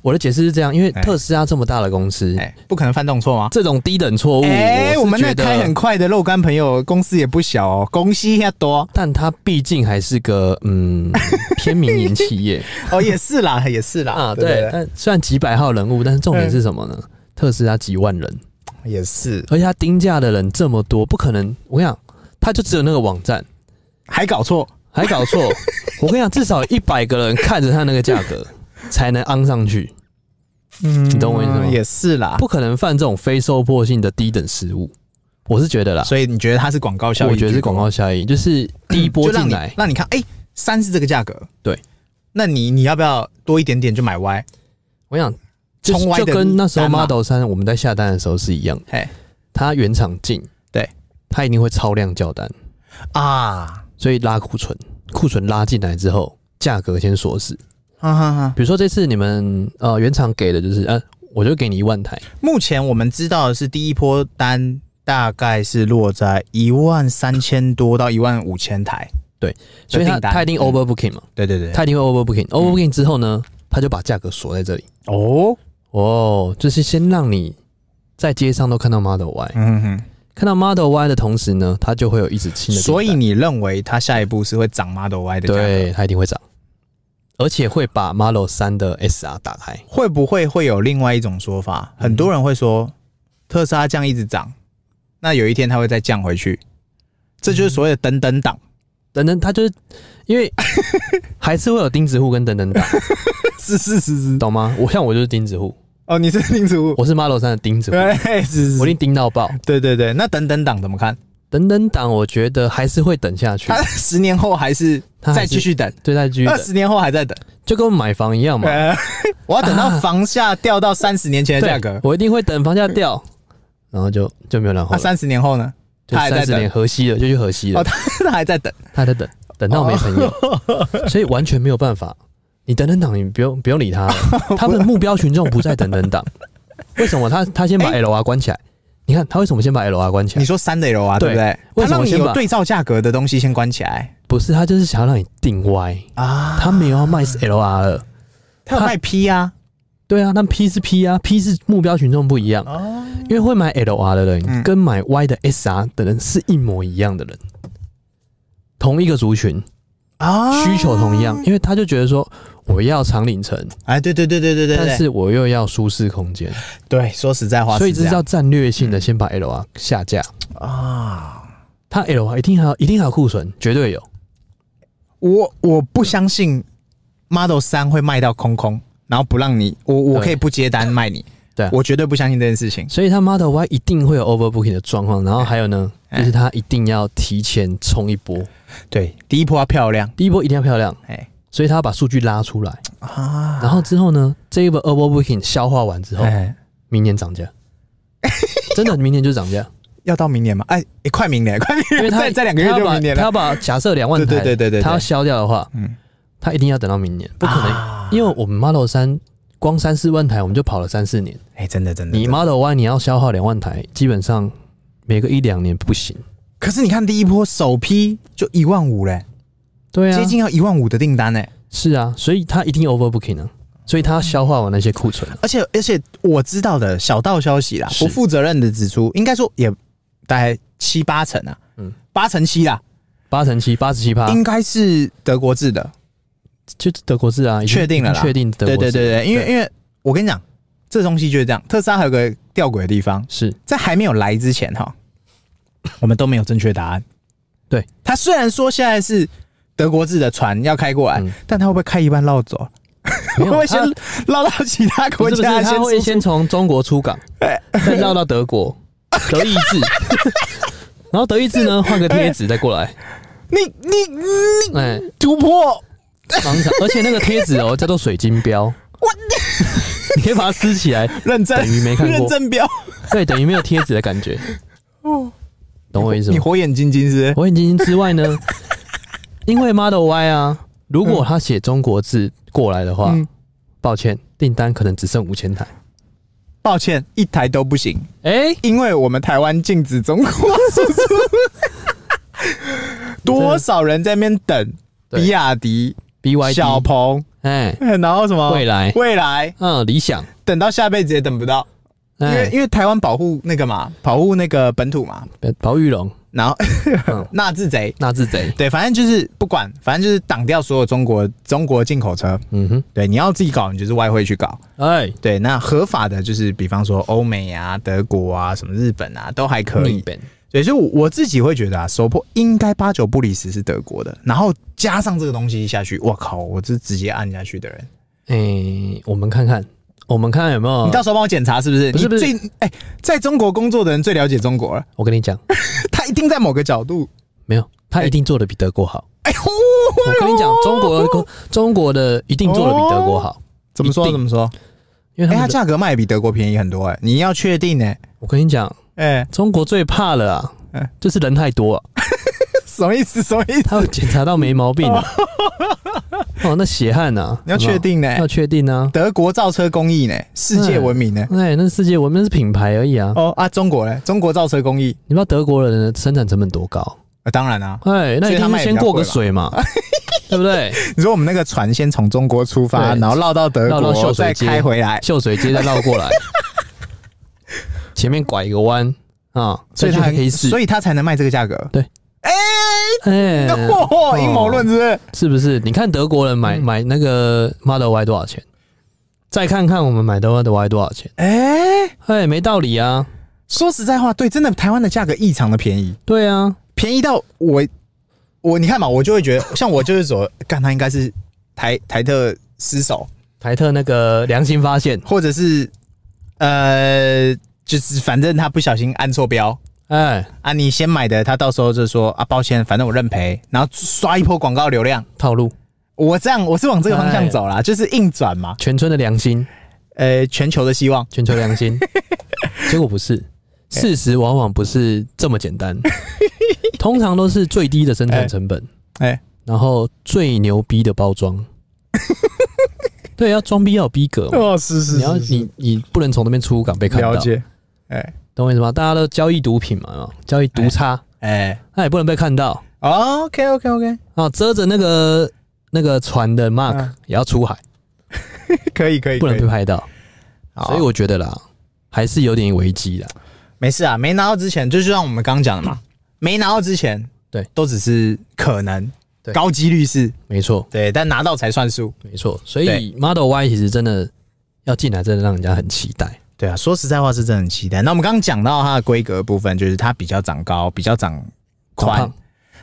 [SPEAKER 1] 我的解释是这样，因为
[SPEAKER 2] 哎
[SPEAKER 1] 特斯拉这么大的公司，
[SPEAKER 2] 哎、不可能犯动错吗？
[SPEAKER 1] 这种低等错误，
[SPEAKER 2] 哎、
[SPEAKER 1] 嗯
[SPEAKER 2] 我
[SPEAKER 1] 哦我
[SPEAKER 2] 们
[SPEAKER 1] 是
[SPEAKER 2] 那
[SPEAKER 1] 觉
[SPEAKER 2] 开很
[SPEAKER 1] 得，
[SPEAKER 2] 快的肉干朋友公司也不小哦，公司也多
[SPEAKER 1] 但它毕竟还是个 嗯偏民营企业
[SPEAKER 2] 哦，也是啦， 也是啦，
[SPEAKER 1] 啊。
[SPEAKER 2] 对嗯
[SPEAKER 1] 对
[SPEAKER 2] 不，
[SPEAKER 1] 但虽然几百号人物，但是重点是什么呢？特斯拉几万人，
[SPEAKER 2] 对，也是，
[SPEAKER 1] 而且它盯价的人这么多，不可能。我跟你讲，它就只有那个网站，
[SPEAKER 2] 还搞错，
[SPEAKER 1] 还搞 错。我跟你讲，至少一百个人看着它那个价格才能昂上去，
[SPEAKER 2] 嗯，
[SPEAKER 1] 你懂我意思吗
[SPEAKER 2] 也是啦，
[SPEAKER 1] 不可能犯这种非受迫性的低等失误。我是觉得啦，
[SPEAKER 2] 所以你觉得它是广告效益？
[SPEAKER 1] 我觉得是广告效应，就是第一波
[SPEAKER 2] 就让
[SPEAKER 1] 进
[SPEAKER 2] 你
[SPEAKER 1] 来，
[SPEAKER 2] 让你看，哎、三是这个价格，
[SPEAKER 1] 对，
[SPEAKER 2] 那你你要不要多一点点就买 Y？
[SPEAKER 1] 我想就
[SPEAKER 2] 冲歪
[SPEAKER 1] 就
[SPEAKER 2] 的
[SPEAKER 1] 跟那时候
[SPEAKER 2] 单嘛
[SPEAKER 1] Model 三我们在下单的时候是一样的，
[SPEAKER 2] 哎
[SPEAKER 1] 它原厂进，
[SPEAKER 2] 对，
[SPEAKER 1] 它一定会超量叫单，
[SPEAKER 2] 啊，
[SPEAKER 1] 所以拉库存，库存拉进来之后，价格先锁死。
[SPEAKER 2] 哈哈哈。
[SPEAKER 1] 比如说这次你们呃原厂给的就是呃，我就给你一万台，
[SPEAKER 2] 目前我们知道的是，第一波单大概是落在一万三千多到一万五千台。
[SPEAKER 1] 所以它
[SPEAKER 2] 订单
[SPEAKER 1] 它一定 overbooking 嘛，
[SPEAKER 2] 对对对，嗯
[SPEAKER 1] 它一定会 overbooking，overbooking 之后呢，它就把价格锁在这里，
[SPEAKER 2] 哦，
[SPEAKER 1] 哦，就是先让你在街上都看到 Model Y，
[SPEAKER 2] 嗯哼
[SPEAKER 1] 看到 Model Y 的同时呢，它就会有一直
[SPEAKER 2] 哼，
[SPEAKER 1] 新的订单，
[SPEAKER 2] 所以你认为它下一步是会涨 Model Y 的价格？
[SPEAKER 1] 对，它一定会涨，而且会把 Model 三的 SR 打开。
[SPEAKER 2] 会不会会有另外一种说法？很多人会说，特斯拉这样一直涨，那有一天它会再降回去，这就是所谓的等等党。
[SPEAKER 1] 等等，它就是因为还是会有钉子户跟等等党，
[SPEAKER 2] 是是是是，
[SPEAKER 1] 懂吗？我像我就是钉子户，
[SPEAKER 2] 哦，你是钉子户，
[SPEAKER 1] 我是 Model 三的钉子户，
[SPEAKER 2] 对，啊是
[SPEAKER 1] 我一
[SPEAKER 2] 是，
[SPEAKER 1] 定钉到爆。
[SPEAKER 2] 对对对。那等等党怎么看？
[SPEAKER 1] 等等党，我觉得还是会等下去
[SPEAKER 2] 他，十年后还是
[SPEAKER 1] 它还
[SPEAKER 2] 啊再
[SPEAKER 1] 是
[SPEAKER 2] 继续呃等，
[SPEAKER 1] 对，再继续
[SPEAKER 2] 二
[SPEAKER 1] 等，嗯
[SPEAKER 2] 十年后还在等。
[SPEAKER 1] 就跟我买房一样嘛。
[SPEAKER 2] 呃，我要等到房价掉到三十年前哎的价格
[SPEAKER 1] 对，，我一定会等房价掉，然后就就没有然后
[SPEAKER 2] 那
[SPEAKER 1] 了，
[SPEAKER 2] 三十年后呢？
[SPEAKER 1] 就
[SPEAKER 2] 啊他还
[SPEAKER 1] 三
[SPEAKER 2] 在
[SPEAKER 1] 十年
[SPEAKER 2] 等，
[SPEAKER 1] 河西了，就去河西了
[SPEAKER 2] 哦，，他 哦还在等。
[SPEAKER 1] 他还在等，等到没朋友， 所以完全没有办法。你等等党，你不用不用理 他了，他们的目标群众不在等等党，为什么他他先把 L R 关起来？你看他为什么先把 L R 关起来
[SPEAKER 2] 哎你？说三的 L 啊，对
[SPEAKER 1] 对
[SPEAKER 2] 不
[SPEAKER 1] 为
[SPEAKER 2] 对？他
[SPEAKER 1] 什么
[SPEAKER 2] 让你
[SPEAKER 1] 先把
[SPEAKER 2] 有对照价格的东西先关起来
[SPEAKER 1] 不是，他就是想要让你定歪，
[SPEAKER 2] 啊？
[SPEAKER 1] 他没有要卖 LR 了。
[SPEAKER 2] 他有卖 P 啊？
[SPEAKER 1] 对啊，那 P 是 P 啊，P 是目标群众不一样，
[SPEAKER 2] 哦，
[SPEAKER 1] 因为会买 LR 的人、
[SPEAKER 2] 嗯
[SPEAKER 1] 跟买 Y 的 SR 的人是一模一样的人，同一个族群，
[SPEAKER 2] 啊
[SPEAKER 1] 需求同样，因为他就觉得说我要长里程，
[SPEAKER 2] 哎，对对对对对对对，
[SPEAKER 1] 但是我又要舒适空间，
[SPEAKER 2] 对，说实在话，
[SPEAKER 1] 所以这是
[SPEAKER 2] 这
[SPEAKER 1] 要
[SPEAKER 2] 样
[SPEAKER 1] 战略
[SPEAKER 2] 嗯
[SPEAKER 1] 性的先把 LR 下架。
[SPEAKER 2] 啊。
[SPEAKER 1] 他 LR 一定还有一定还有库存，绝对有。
[SPEAKER 2] 我我不相信 Model 三会卖到空空，然后不让你，我我
[SPEAKER 1] 对
[SPEAKER 2] 可以不接单卖你，
[SPEAKER 1] 对啊
[SPEAKER 2] 我绝对不相信这件事情。
[SPEAKER 1] 所以他 Model Y 一定会有 overbooking 的状况，然后还有呢，
[SPEAKER 2] 哎
[SPEAKER 1] 就是他一定要提前冲一波，
[SPEAKER 2] 对，第一波要漂亮，
[SPEAKER 1] 第一波一定要漂亮，
[SPEAKER 2] 哎
[SPEAKER 1] 所以他要把数据拉出来，
[SPEAKER 2] 啊，
[SPEAKER 1] 然后之后呢，这一波 overbooking 消化完之后，
[SPEAKER 2] 哎，
[SPEAKER 1] 明年涨价，真的明年就涨 价，
[SPEAKER 2] 要到明年吗？哎，哎快明年， 快明
[SPEAKER 1] 因为
[SPEAKER 2] 年，
[SPEAKER 1] 他
[SPEAKER 2] 再再两个月
[SPEAKER 1] 他要
[SPEAKER 2] 就
[SPEAKER 1] 把
[SPEAKER 2] 明年
[SPEAKER 1] 他
[SPEAKER 2] 了。
[SPEAKER 1] 要把假设两万台，
[SPEAKER 2] 对对对对对
[SPEAKER 1] 他要消掉的话，
[SPEAKER 2] 嗯
[SPEAKER 1] 他一定要等到明年，不可能，
[SPEAKER 2] 啊
[SPEAKER 1] 因为我们 Model 三光三四万台我们就跑了三四年，
[SPEAKER 2] 哎，真的真的，
[SPEAKER 1] 你
[SPEAKER 2] 真的
[SPEAKER 1] Model Y 你要消耗两万台，基本上每个一两年不行，
[SPEAKER 2] 可是你看第一波首批就一万五嘞，
[SPEAKER 1] 对啊，
[SPEAKER 2] 接近要一万五的订单嘞，
[SPEAKER 1] 是啊，所以他一定 overbooking 啊，所以他要消化完那些库存啊，
[SPEAKER 2] 而且而且我知道的小道消息啦，
[SPEAKER 1] 是
[SPEAKER 2] 不负责任的指出，应该说也大概七八成啊，
[SPEAKER 1] 嗯
[SPEAKER 2] 嗯，啊八成七啦，
[SPEAKER 1] 八成七八十七趴，
[SPEAKER 2] 应该是德国制的。
[SPEAKER 1] 就德国制啊，已经
[SPEAKER 2] 确定了
[SPEAKER 1] 已经
[SPEAKER 2] 啦
[SPEAKER 1] 确定德国
[SPEAKER 2] 对
[SPEAKER 1] 制，
[SPEAKER 2] 对对对，因为因为我跟你讲，这东西就是这样。特斯拉还有个吊诡的地方，
[SPEAKER 1] 是
[SPEAKER 2] 在还没有来之前哈，我们都没有正确答案。
[SPEAKER 1] 对，
[SPEAKER 2] 它虽然说现在是德国制的船要开过来，
[SPEAKER 1] 嗯
[SPEAKER 2] 但它会不会开一半绕走？
[SPEAKER 1] 没
[SPEAKER 2] 会
[SPEAKER 1] 有
[SPEAKER 2] 不会
[SPEAKER 1] 他
[SPEAKER 2] 先绕到其他
[SPEAKER 1] 不
[SPEAKER 2] 国
[SPEAKER 1] 是不是，
[SPEAKER 2] 家
[SPEAKER 1] 他会
[SPEAKER 2] 先
[SPEAKER 1] 先从中国出港，
[SPEAKER 2] 哎
[SPEAKER 1] 再绕到德 国，德意志，然后德意志呢换个贴纸再过来，
[SPEAKER 2] 你你你
[SPEAKER 1] 哎，
[SPEAKER 2] 突破
[SPEAKER 1] 盲场，而且那个贴纸哦叫做水晶标， 你可以把它撕起来，
[SPEAKER 2] 认证
[SPEAKER 1] 等于没看过
[SPEAKER 2] 认证标，
[SPEAKER 1] 对，等于没有贴纸的感觉，懂我意思
[SPEAKER 2] 哦你
[SPEAKER 1] 吗？
[SPEAKER 2] 火眼金睛是不是？
[SPEAKER 1] 火眼金睛之外 呢，因为 Model Y 啊，如果他写中国字过来的话，
[SPEAKER 2] 嗯
[SPEAKER 1] 抱歉，订单可能只剩五千台。
[SPEAKER 2] 抱歉，一台都不行，
[SPEAKER 1] 哎、
[SPEAKER 2] 因为我们台湾禁止中国 输出。多少人在那边等
[SPEAKER 1] 对
[SPEAKER 2] 比亚迪、
[SPEAKER 1] b y d
[SPEAKER 2] 小鹏、
[SPEAKER 1] 哎，
[SPEAKER 2] 然后什么
[SPEAKER 1] 未来
[SPEAKER 2] 未来
[SPEAKER 1] 嗯，理想，
[SPEAKER 2] 等到下辈子也等不到，因为
[SPEAKER 1] 哎，
[SPEAKER 2] 因为台湾保护那个嘛，保护那个本土嘛，
[SPEAKER 1] 保玉龙，
[SPEAKER 2] 然后
[SPEAKER 1] 嗯
[SPEAKER 2] 纳智贼，
[SPEAKER 1] 纳智贼，
[SPEAKER 2] 对，反正就是不管，反正就是挡掉所有中国中国进口车。
[SPEAKER 1] 嗯哼，
[SPEAKER 2] 对，你要自己搞，你就是外汇去搞。
[SPEAKER 1] 哎，
[SPEAKER 2] 对，那合法的就是比方说欧美啊、德国啊、什么日本啊，都还可以。
[SPEAKER 1] 本，
[SPEAKER 2] 对，所以我我自己会觉得啊，首破应该八九不离十是德国的，然后加上这个东西下去，我靠，我是直接按下去的人。
[SPEAKER 1] 哎，我们看看，我们看看有没有
[SPEAKER 2] 你，到时候帮我检查是不是？
[SPEAKER 1] 嗯不是
[SPEAKER 2] 你
[SPEAKER 1] 不是
[SPEAKER 2] 最哎、在中国工作的人最了解中国了，
[SPEAKER 1] 我跟你讲，
[SPEAKER 2] 他一定在某个角度。
[SPEAKER 1] 没有，他一定做的比德国好。
[SPEAKER 2] 哎呦，哦
[SPEAKER 1] 我跟你讲，中国的中国的一定做的比德国好，
[SPEAKER 2] 怎么
[SPEAKER 1] 一
[SPEAKER 2] 说
[SPEAKER 1] 定
[SPEAKER 2] 怎么说？
[SPEAKER 1] 因为他
[SPEAKER 2] 哦哎、它
[SPEAKER 1] 们的
[SPEAKER 2] 价格卖比德国便宜很多哎、你要确定呢、
[SPEAKER 1] 我跟你讲，
[SPEAKER 2] 哎、
[SPEAKER 1] 中国最怕了啊
[SPEAKER 2] 嗯，
[SPEAKER 1] 就是人太多啊，
[SPEAKER 2] 什么意思？什么 意思？
[SPEAKER 1] 他会检查到没毛病啊。哦，那血汗呐，
[SPEAKER 2] 你要确定哎呢、
[SPEAKER 1] 有没有要确定啊。
[SPEAKER 2] 德国造车工艺呢、世界闻名呢、
[SPEAKER 1] 哎，那世界我们是品牌而已啊，
[SPEAKER 2] 哦啊，中国呢？中国造车工艺，
[SPEAKER 1] 你不知道德国人的生产成本多高？
[SPEAKER 2] 啊，当然啊，
[SPEAKER 1] 哎，那一定是先过个水 嘛，对不对？
[SPEAKER 2] 你说我们那个船先从中国出发，
[SPEAKER 1] 对
[SPEAKER 2] 然后绕到德
[SPEAKER 1] 绕到
[SPEAKER 2] 国，
[SPEAKER 1] 秀水
[SPEAKER 2] 再
[SPEAKER 1] 街
[SPEAKER 2] 开回来，
[SPEAKER 1] 秀水街再绕过 来，前面拐一个弯啊，再
[SPEAKER 2] 所以
[SPEAKER 1] 去
[SPEAKER 2] 它
[SPEAKER 1] 黑市，
[SPEAKER 2] 所以它才能卖这个价格。
[SPEAKER 1] 对，
[SPEAKER 2] 哎、
[SPEAKER 1] 哎，哦
[SPEAKER 2] 嚯哦阴谋论是不嗯是？
[SPEAKER 1] 是不是？你看德国人买买那个 Model Y 多少钱？再看看我们买的 Model Y 多少钱？
[SPEAKER 2] 哎、
[SPEAKER 1] 哎，没道理啊！
[SPEAKER 2] 说实在话，对，真的台湾的价格异常的便宜，
[SPEAKER 1] 对啊，
[SPEAKER 2] 便宜到我我你看嘛，我就会觉得， 像我就是说，干他应该是台台特失手，
[SPEAKER 1] 台特那个良心发现，
[SPEAKER 2] 或者是呃，就是反正他不小心按错标
[SPEAKER 1] 哎，
[SPEAKER 2] 啊，你先买的，他到时候就说啊，抱歉，反正我认赔，然后刷一波广告流量。
[SPEAKER 1] 套路
[SPEAKER 2] 我这样，我是往这个方向走啦，就是硬转嘛，
[SPEAKER 1] 全村的良心，
[SPEAKER 2] 呃，全球的希望，
[SPEAKER 1] 全球良 心，结果不是，
[SPEAKER 2] 哎
[SPEAKER 1] 事实往往不是这么简单，通常都是最低的生产成本，
[SPEAKER 2] 哎、
[SPEAKER 1] 然后最牛逼的包 装。对，要装逼要有逼格嘛，
[SPEAKER 2] 哦，是是
[SPEAKER 1] 你要你你不能从那边出港被看到，
[SPEAKER 2] 解，哎、
[SPEAKER 1] 懂我意思吗？大家都交易毒品嘛，有没有交易毒叉，
[SPEAKER 2] 哎、
[SPEAKER 1] 那也不能被看到
[SPEAKER 2] 哦 o k OK OK，
[SPEAKER 1] 啊。遮着那个那个船的 mark、
[SPEAKER 2] 嗯
[SPEAKER 1] 也要出海，
[SPEAKER 2] 可以可以，
[SPEAKER 1] 不能
[SPEAKER 2] 可
[SPEAKER 1] 被拍到。
[SPEAKER 2] 好
[SPEAKER 1] 所以我觉得啦，还是有点危机的。
[SPEAKER 2] 没事啊，没拿到之前，就就像我们刚讲的嘛，没拿到之前，
[SPEAKER 1] 对，
[SPEAKER 2] 都只是可能，
[SPEAKER 1] 对
[SPEAKER 2] 高几率是，
[SPEAKER 1] 没错，
[SPEAKER 2] 对，但拿到才算数。
[SPEAKER 1] 没错。所
[SPEAKER 2] 对
[SPEAKER 1] 以 Model Y 其实真的要进来，真的让人家很期待。
[SPEAKER 2] 对啊，说实在话是真的很期待。那我们刚刚讲到它的规格部分，就是它比较长高，比较长宽
[SPEAKER 1] 长胖，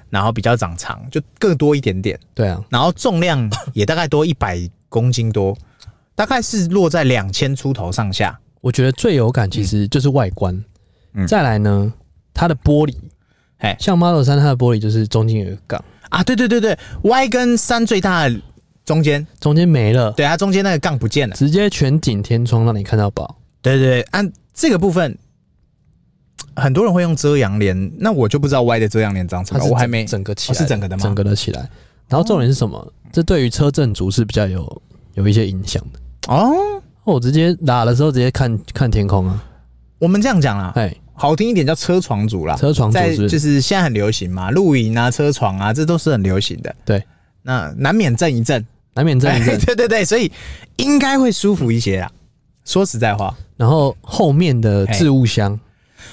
[SPEAKER 2] 然后比较长长，就各多一点点，
[SPEAKER 1] 对啊，
[SPEAKER 2] 然后重 量也大概多一百公斤多，大概是落在两千出头上下。
[SPEAKER 1] 我觉得最有感其实就是外观，
[SPEAKER 2] 嗯
[SPEAKER 1] 再来呢，它的玻璃，
[SPEAKER 2] 嘿
[SPEAKER 1] 像 Model 三它的玻璃就是中间有一个杠，
[SPEAKER 2] 啊，对对对对，Y 跟三最大的中间，
[SPEAKER 1] 中间没了，
[SPEAKER 2] 对它中间那个杠不见了。
[SPEAKER 1] 直接全景天窗让你看到宝。
[SPEAKER 2] 对对对，按这个部分，很多人会用遮阳帘，那我就不知道 Y 的遮阳帘长什
[SPEAKER 1] 它
[SPEAKER 2] 么，
[SPEAKER 1] 是
[SPEAKER 2] 我还
[SPEAKER 1] 整
[SPEAKER 2] 没
[SPEAKER 1] 整个起来
[SPEAKER 2] 哦
[SPEAKER 1] 的、
[SPEAKER 2] 是整个的吗
[SPEAKER 1] 整个的起来。然后重点是什么？这对于车震族是比较有有一些影响的。
[SPEAKER 2] 哦。
[SPEAKER 1] 哦我直接打的时候直接看看天空啊，
[SPEAKER 2] 我们这样讲啦，
[SPEAKER 1] 哎，
[SPEAKER 2] 好听一点叫车床组啦，
[SPEAKER 1] 车床族
[SPEAKER 2] 在
[SPEAKER 1] 是不？
[SPEAKER 2] 就是是现在很流行嘛，露营啊、车床啊，这都是很流行的。
[SPEAKER 1] 对，
[SPEAKER 2] 那难免震一震，
[SPEAKER 1] 难免震一震。
[SPEAKER 2] 对对对，所以应该会舒服一些啦。说实在话
[SPEAKER 1] 然后后面的置物箱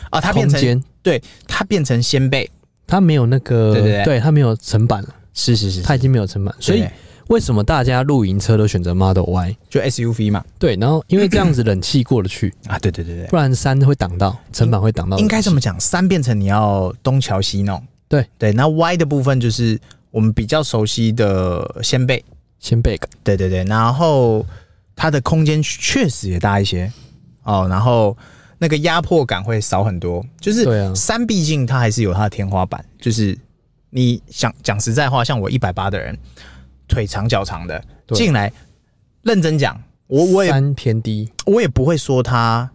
[SPEAKER 2] 啊，它变
[SPEAKER 1] 空
[SPEAKER 2] 成
[SPEAKER 1] 间，
[SPEAKER 2] 对它变成掀背，
[SPEAKER 1] 它没有那个，
[SPEAKER 2] 对对对
[SPEAKER 1] 它没有层板了，
[SPEAKER 2] 是是是，
[SPEAKER 1] 它已经没有层板。所
[SPEAKER 2] 对
[SPEAKER 1] 以为什么大家露营车都选择 Model Y？
[SPEAKER 2] 就 SUV 嘛
[SPEAKER 1] 对，然后因为这样子冷气过得去，
[SPEAKER 2] 啊，对对对对，
[SPEAKER 1] 不然山会挡到，层板会挡到。
[SPEAKER 2] 应该这么讲，三变成你要东瞧西弄。
[SPEAKER 1] 对
[SPEAKER 2] 对，那 Y 的部分就是我们比较熟悉的先辈。
[SPEAKER 1] 先备个，
[SPEAKER 2] 对对对，然后它的空间确实也大一些哦，然后那个压迫感会少很多。就是
[SPEAKER 1] 对啊
[SPEAKER 2] 山毕竟它还是有它的天花板，就是你想讲实在话，像我一百八的人，腿长脚长的
[SPEAKER 1] 对
[SPEAKER 2] 进来，认真讲，我我也
[SPEAKER 1] 山偏低，
[SPEAKER 2] 我也不会说他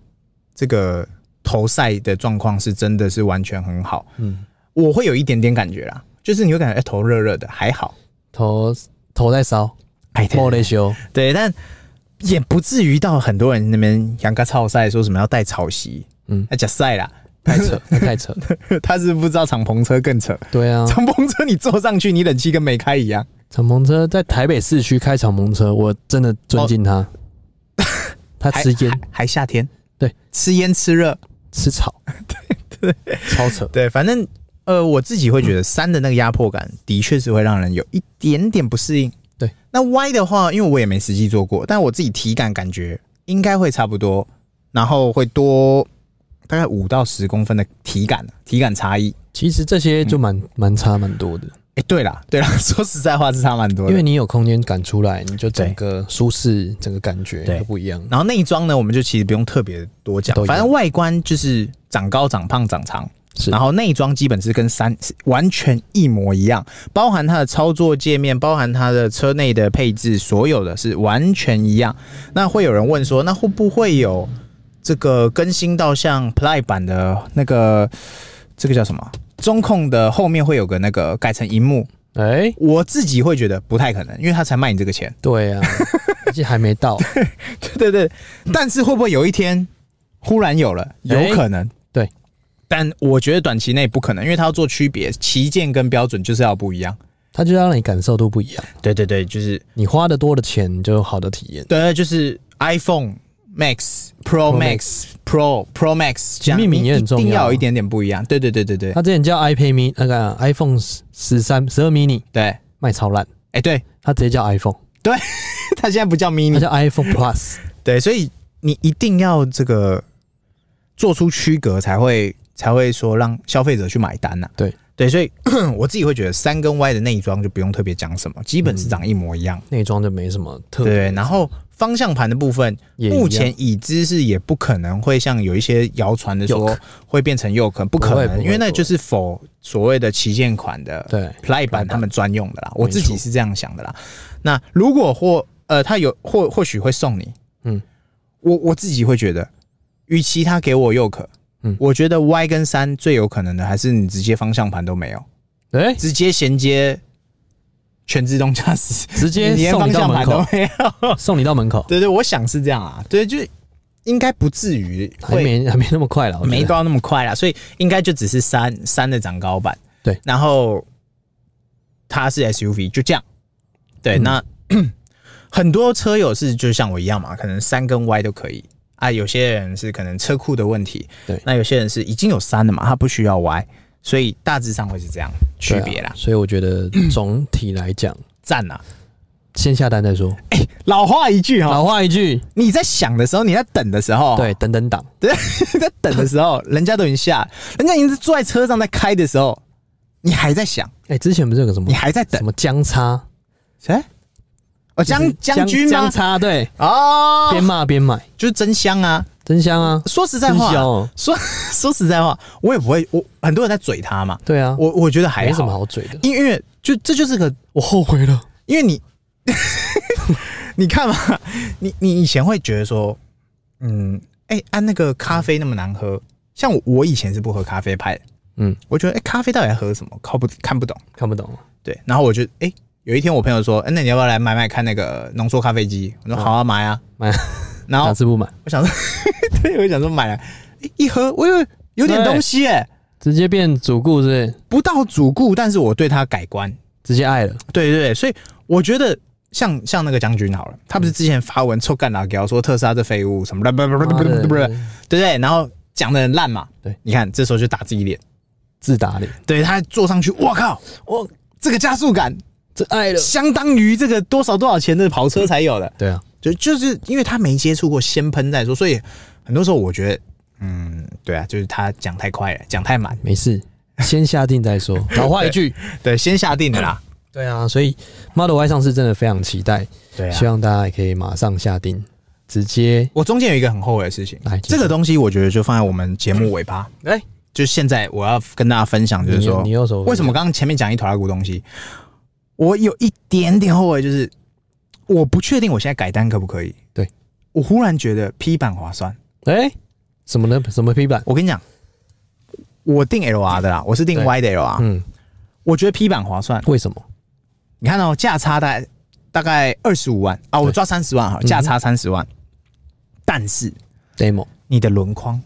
[SPEAKER 2] 这个投赛的状况是真的是完全很好，
[SPEAKER 1] 嗯，
[SPEAKER 2] 我会有一点点感觉啦，就是你会感觉、哎头热热的，还好，
[SPEAKER 1] 头头在烧，
[SPEAKER 2] 哎
[SPEAKER 1] 莫雷修。
[SPEAKER 2] 对，但也不至于到很多人那边养个草赛说什么要带草席，哎
[SPEAKER 1] 嗯
[SPEAKER 2] 那假赛啦，
[SPEAKER 1] 太扯，那太扯。
[SPEAKER 2] 他是不知道敞篷车更扯，
[SPEAKER 1] 对啊，
[SPEAKER 2] 敞篷车你坐上去你冷气跟没开一样，
[SPEAKER 1] 敞篷车在台北市区开敞篷车，我真的尊敬 他。他
[SPEAKER 2] 还
[SPEAKER 1] 吃烟
[SPEAKER 2] 还、还夏天，
[SPEAKER 1] 对，
[SPEAKER 2] 吃烟吃热，
[SPEAKER 1] 吃草，
[SPEAKER 2] 对
[SPEAKER 1] 超扯。
[SPEAKER 2] 对，反正呃，我自己会觉得三的那个压迫感的确是会让人有一点点不适应。
[SPEAKER 1] 对，
[SPEAKER 2] 那 Y 的话，因为我也没实际做过，但我自己体感感觉应该会差不多，然后会多大概五到十公分的体感体感差异。
[SPEAKER 1] 其实这些就蛮蛮差蛮多的，
[SPEAKER 2] 哎、对啦，对啦， 说实在话是差蛮多的。
[SPEAKER 1] 因为你有空间感出来，你就整
[SPEAKER 2] 对
[SPEAKER 1] 个舒适、整个感觉
[SPEAKER 2] 对
[SPEAKER 1] 都不一样。
[SPEAKER 2] 然后内装呢，我们就其实不用特别多讲
[SPEAKER 1] 都一，样
[SPEAKER 2] 反正外观就是长高、长胖、长长，
[SPEAKER 1] 是
[SPEAKER 2] 然后内装基本是跟三是完全一模一样，包含它的操作界面，包含它的车内的配置，所有的是完全一样。那会有人问说，那会不会有这个更新到像 Play 版的那个这个叫什么？中控的后面会有个那个改成荧幕，
[SPEAKER 1] 哎、
[SPEAKER 2] 我自己会觉得不太可能，因为他才卖你这个钱。
[SPEAKER 1] 对 啊，而且还没到。
[SPEAKER 2] 对对，但是会不会有一天忽然有了？
[SPEAKER 1] 哎
[SPEAKER 2] 有可能，
[SPEAKER 1] 对。
[SPEAKER 2] 但我觉得短期内不可能，因为它要做区别，旗舰跟标准就是要不一样。
[SPEAKER 1] 它就要让你感受都不一样。
[SPEAKER 2] 对对对，就是
[SPEAKER 1] 你花的多的钱，你就有好的体验。
[SPEAKER 2] 对，就是 iPhone Max、Pro
[SPEAKER 1] Pro
[SPEAKER 2] Max、Pro Pro Max 这样，
[SPEAKER 1] 命名也很
[SPEAKER 2] 你
[SPEAKER 1] 重要啊
[SPEAKER 2] 一定要有一点点不一样。对对对对对
[SPEAKER 1] 它之前叫 iPad mini，那个啊 iPhone 十三、十二 mini
[SPEAKER 2] 对，哎、
[SPEAKER 1] 卖超烂，
[SPEAKER 2] 对，
[SPEAKER 1] 它直接叫 iPhone，
[SPEAKER 2] 它现在不叫
[SPEAKER 1] 它
[SPEAKER 2] mini，
[SPEAKER 1] 叫 iPhone Plus。
[SPEAKER 2] 对，所以你一定要这个做出区隔，才会才会说让消费者去买单呐、啊
[SPEAKER 1] 对
[SPEAKER 2] 对，所以 我自己会觉得三跟 Y 的内装就不用特别讲什么，基本是长一模一样。
[SPEAKER 1] 内装就没什么特别。
[SPEAKER 2] 对，然后方向盘的部分，
[SPEAKER 1] 嗯也一样
[SPEAKER 2] 目前已知是也不可能会像有一些谣传的
[SPEAKER 1] 右
[SPEAKER 2] 说会变成右壳，不可
[SPEAKER 1] 不会不
[SPEAKER 2] 能，
[SPEAKER 1] 会
[SPEAKER 2] 因为那就是否所谓的旗舰款的
[SPEAKER 1] 对
[SPEAKER 2] Play
[SPEAKER 1] 版
[SPEAKER 2] 版他们专用的啦，我
[SPEAKER 1] 没
[SPEAKER 2] 自己
[SPEAKER 1] 错
[SPEAKER 2] 是这样想的啦。那如果或呃，他有或或许会送你，
[SPEAKER 1] 嗯，
[SPEAKER 2] 我我自己会觉得，与其他给我右壳，
[SPEAKER 1] 嗯
[SPEAKER 2] 我觉得 Y 跟三最有可能的还是你直接方向盘都没有，
[SPEAKER 1] 哎、
[SPEAKER 2] 直接衔接全自动驾驶，
[SPEAKER 1] 直接
[SPEAKER 2] 你连
[SPEAKER 1] 送
[SPEAKER 2] 方
[SPEAKER 1] 你到
[SPEAKER 2] 向
[SPEAKER 1] 门
[SPEAKER 2] 盘都
[SPEAKER 1] 口，
[SPEAKER 2] 没 有。
[SPEAKER 1] 送你到门口，
[SPEAKER 2] 对对，我想是这样啊，对，就应该不至于
[SPEAKER 1] 还
[SPEAKER 2] 会
[SPEAKER 1] 没还没那么快了，我觉得啊
[SPEAKER 2] 没到那么快啦，所以应该就只是三三的长高版，
[SPEAKER 1] 对，
[SPEAKER 2] 然后它是 SUV，就这样，对，
[SPEAKER 1] 嗯
[SPEAKER 2] 那 很多车友是就像我一样嘛，可能三跟 Y 都可以啊，有些人是可能车库的问题，
[SPEAKER 1] 对
[SPEAKER 2] 那有些人是已经有三了嘛，他不需要 Y，所以大致上会是这样区
[SPEAKER 1] 对啊
[SPEAKER 2] 别啦，
[SPEAKER 1] 所以我觉得总体来讲，
[SPEAKER 2] 赞啦，
[SPEAKER 1] 先下单再说。
[SPEAKER 2] 老话一句哈、
[SPEAKER 1] 老话一句，
[SPEAKER 2] 你在想的时候，你在等的时候，
[SPEAKER 1] 对，等等档，
[SPEAKER 2] 在等的时候，人家都已经下了，人家已经是坐在车上在开的时候，你还在想，
[SPEAKER 1] 哎、之前不是有个什么
[SPEAKER 2] 你还在等
[SPEAKER 1] 什么江差
[SPEAKER 2] 谁？哦，
[SPEAKER 1] 就是
[SPEAKER 2] 将将军
[SPEAKER 1] 江
[SPEAKER 2] 吗？
[SPEAKER 1] 差对，
[SPEAKER 2] 哦
[SPEAKER 1] 边，骂边买，
[SPEAKER 2] 就是真香啊！
[SPEAKER 1] 真香啊，
[SPEAKER 2] 说实在
[SPEAKER 1] 真
[SPEAKER 2] 话
[SPEAKER 1] 香
[SPEAKER 2] 啊，
[SPEAKER 1] 哦。
[SPEAKER 2] 说说实在话，我也不会，我很多人在嘴他嘛，
[SPEAKER 1] 对啊，
[SPEAKER 2] 我我觉得还
[SPEAKER 1] 没什么
[SPEAKER 2] 好，
[SPEAKER 1] 好嘴的。
[SPEAKER 2] 因为就这就是个，
[SPEAKER 1] 我后悔了，
[SPEAKER 2] 因为你 你看嘛，你你以前会觉得说，嗯，哎、按、那个咖啡那么难喝，像我我以前是不喝咖啡派的，
[SPEAKER 1] 嗯，
[SPEAKER 2] 我觉得哎、咖啡到底在喝什么，靠不看不懂。
[SPEAKER 1] 看不懂。啊
[SPEAKER 2] 对，然后我就哎、有一天我朋友说，哎、那你要不要来买买看那个浓缩咖啡机？我说好啊，买啊
[SPEAKER 1] 买啊。
[SPEAKER 2] 然
[SPEAKER 1] 哪
[SPEAKER 2] 后
[SPEAKER 1] 次不买？
[SPEAKER 2] 我想说，对，我想说买了，诶一喝，我有有点东西哎、
[SPEAKER 1] 直接变主顾是不是
[SPEAKER 2] 不到主顾，但是我对它改观。
[SPEAKER 1] 直接爱了，
[SPEAKER 2] 对对对，所以我觉得像像那个将军好了，他不是之前发文臭干老给我说特斯拉这废物什么的，不不不不不不不，对不对？然后讲的很烂嘛，
[SPEAKER 1] 对，
[SPEAKER 2] 你看这时候就打自己脸，
[SPEAKER 1] 自打脸，
[SPEAKER 2] 对他坐上去，我靠，我这个加速感
[SPEAKER 1] 这爱了。
[SPEAKER 2] 相当于这个多少多少钱的跑车才有的，
[SPEAKER 1] 对啊，
[SPEAKER 2] 就就是因为他没接触过，先喷再说，所以很多时候我觉得，嗯，对啊，就是他讲太快了，讲太满，
[SPEAKER 1] 没事，先下定再 说。老话一句，
[SPEAKER 2] 对，先下定的啦，
[SPEAKER 1] 对啊，所以 Model Y 上市真的非常期待，
[SPEAKER 2] 对啊
[SPEAKER 1] 希。望大家也可以马上下定，直接
[SPEAKER 2] 我中间有一个很后悔的事情
[SPEAKER 1] 来，
[SPEAKER 2] 这个东西我觉得就放在我们节目尾巴，
[SPEAKER 1] 哎，
[SPEAKER 2] 就现在我要跟大家分享，就是
[SPEAKER 1] 你有
[SPEAKER 2] 说
[SPEAKER 1] 你有什么？
[SPEAKER 2] 为什么？刚刚前面讲一头拉骨东西，我有一点点后悔，就是我不确定我现在改单可不可以。
[SPEAKER 1] 对，
[SPEAKER 2] 我忽然觉得 P 版划算。
[SPEAKER 1] 哎，什么呢？什么 P 版？
[SPEAKER 2] 我跟你讲，我定 L R 的啦，我是定
[SPEAKER 1] 对
[SPEAKER 2] Y 的 L R，
[SPEAKER 1] 嗯，
[SPEAKER 2] 我觉得 P 版划算。
[SPEAKER 1] 为什么？
[SPEAKER 2] 你看哦，价差大概大概二十五万啊，我
[SPEAKER 1] 对嗯
[SPEAKER 2] 抓三十万好了，价差三十万，但是
[SPEAKER 1] demo
[SPEAKER 2] 你的轮框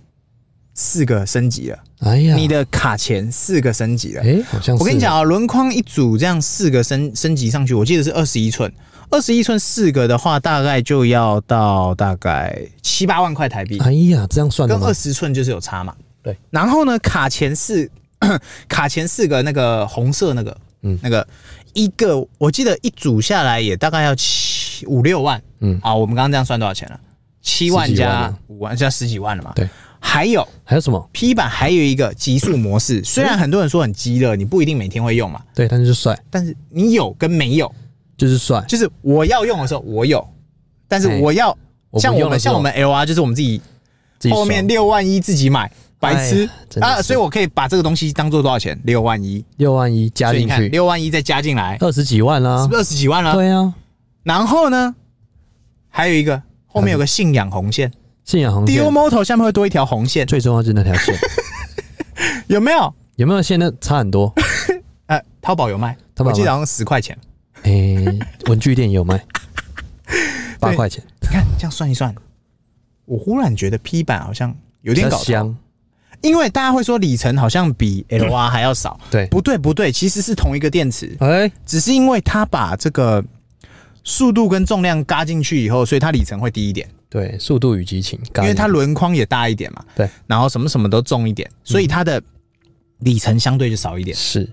[SPEAKER 2] 四个升级了，
[SPEAKER 1] 哎呀，
[SPEAKER 2] 你的卡钳四个升级了。
[SPEAKER 1] 哎、好像是
[SPEAKER 2] 我跟你讲啊，轮框一组这样四个升升级上去，我记得是二十一寸，二十一寸四个的话，大概就要到大概七八万块台币，
[SPEAKER 1] 哎呀，这样算的
[SPEAKER 2] 跟
[SPEAKER 1] 吗
[SPEAKER 2] 二？十寸就是有差嘛。
[SPEAKER 1] 对，
[SPEAKER 2] 然后呢，卡钳四 卡钳四个那个红色那个，
[SPEAKER 1] 嗯
[SPEAKER 2] 嗯，那个一个我记得一组下来也大概要七五六万，
[SPEAKER 1] 嗯
[SPEAKER 2] 嗯，好，我们刚刚这样算多少钱了？七万
[SPEAKER 1] 十几万
[SPEAKER 2] 加
[SPEAKER 1] 啊
[SPEAKER 2] 五万加十几万了嘛？
[SPEAKER 1] 对，
[SPEAKER 2] 还有
[SPEAKER 1] 还有什么？
[SPEAKER 2] P 版还有一个极速模式，虽然很多人说很鸡肋，你不一定每天会用嘛，
[SPEAKER 1] 对，但是就帅，
[SPEAKER 2] 但是你有跟没有，
[SPEAKER 1] 就是帅。
[SPEAKER 2] 就是我要用的时候我有，但是
[SPEAKER 1] 哎
[SPEAKER 2] 我要
[SPEAKER 1] 我不
[SPEAKER 2] 像我
[SPEAKER 1] 用的
[SPEAKER 2] 们
[SPEAKER 1] 时候
[SPEAKER 2] 像我们 L R 就是我们自己
[SPEAKER 1] 自己爽
[SPEAKER 2] 后面六万一自己买，白痴
[SPEAKER 1] 哎真的
[SPEAKER 2] 啊！
[SPEAKER 1] 是
[SPEAKER 2] 所以我可以把这个东西当做多少钱？六万一，
[SPEAKER 1] 六万一加
[SPEAKER 2] 所以
[SPEAKER 1] 进
[SPEAKER 2] 你看
[SPEAKER 1] 去，
[SPEAKER 2] 六万一再加进来，
[SPEAKER 1] 二十几万啦、
[SPEAKER 2] 是不是二十几万了？
[SPEAKER 1] 对啊，
[SPEAKER 2] 然后呢，还有一个后面有个信仰红线
[SPEAKER 1] 信仰航
[SPEAKER 2] d
[SPEAKER 1] 线
[SPEAKER 2] o Moto 下面会多一条红线，
[SPEAKER 1] 最重要就是那条 线，
[SPEAKER 2] 有没有？
[SPEAKER 1] 有没有线呢？差很 多。
[SPEAKER 2] 呃，淘宝有卖，
[SPEAKER 1] 淘宝有卖
[SPEAKER 2] 我记得好像十块钱。
[SPEAKER 1] 哎、文具店也有卖，八块钱，
[SPEAKER 2] 你看这样算一算，我忽然觉得 P 版好像有
[SPEAKER 1] 比较嗯
[SPEAKER 2] 点搞头，
[SPEAKER 1] 香。
[SPEAKER 2] 因为大家会说里程好像比 L R 还要少，
[SPEAKER 1] 对，
[SPEAKER 2] 不对不对，其实是同一个电池，
[SPEAKER 1] 哎、
[SPEAKER 2] 只是因为它把这个速度跟重量嘎进去以后，所以它里程会低一点，
[SPEAKER 1] 对，速度与激情，
[SPEAKER 2] 因为
[SPEAKER 1] 干
[SPEAKER 2] 它轮框也大一点嘛，
[SPEAKER 1] 对，
[SPEAKER 2] 然后什么什么都重一点，所以它的里程相对就少一点，
[SPEAKER 1] 是，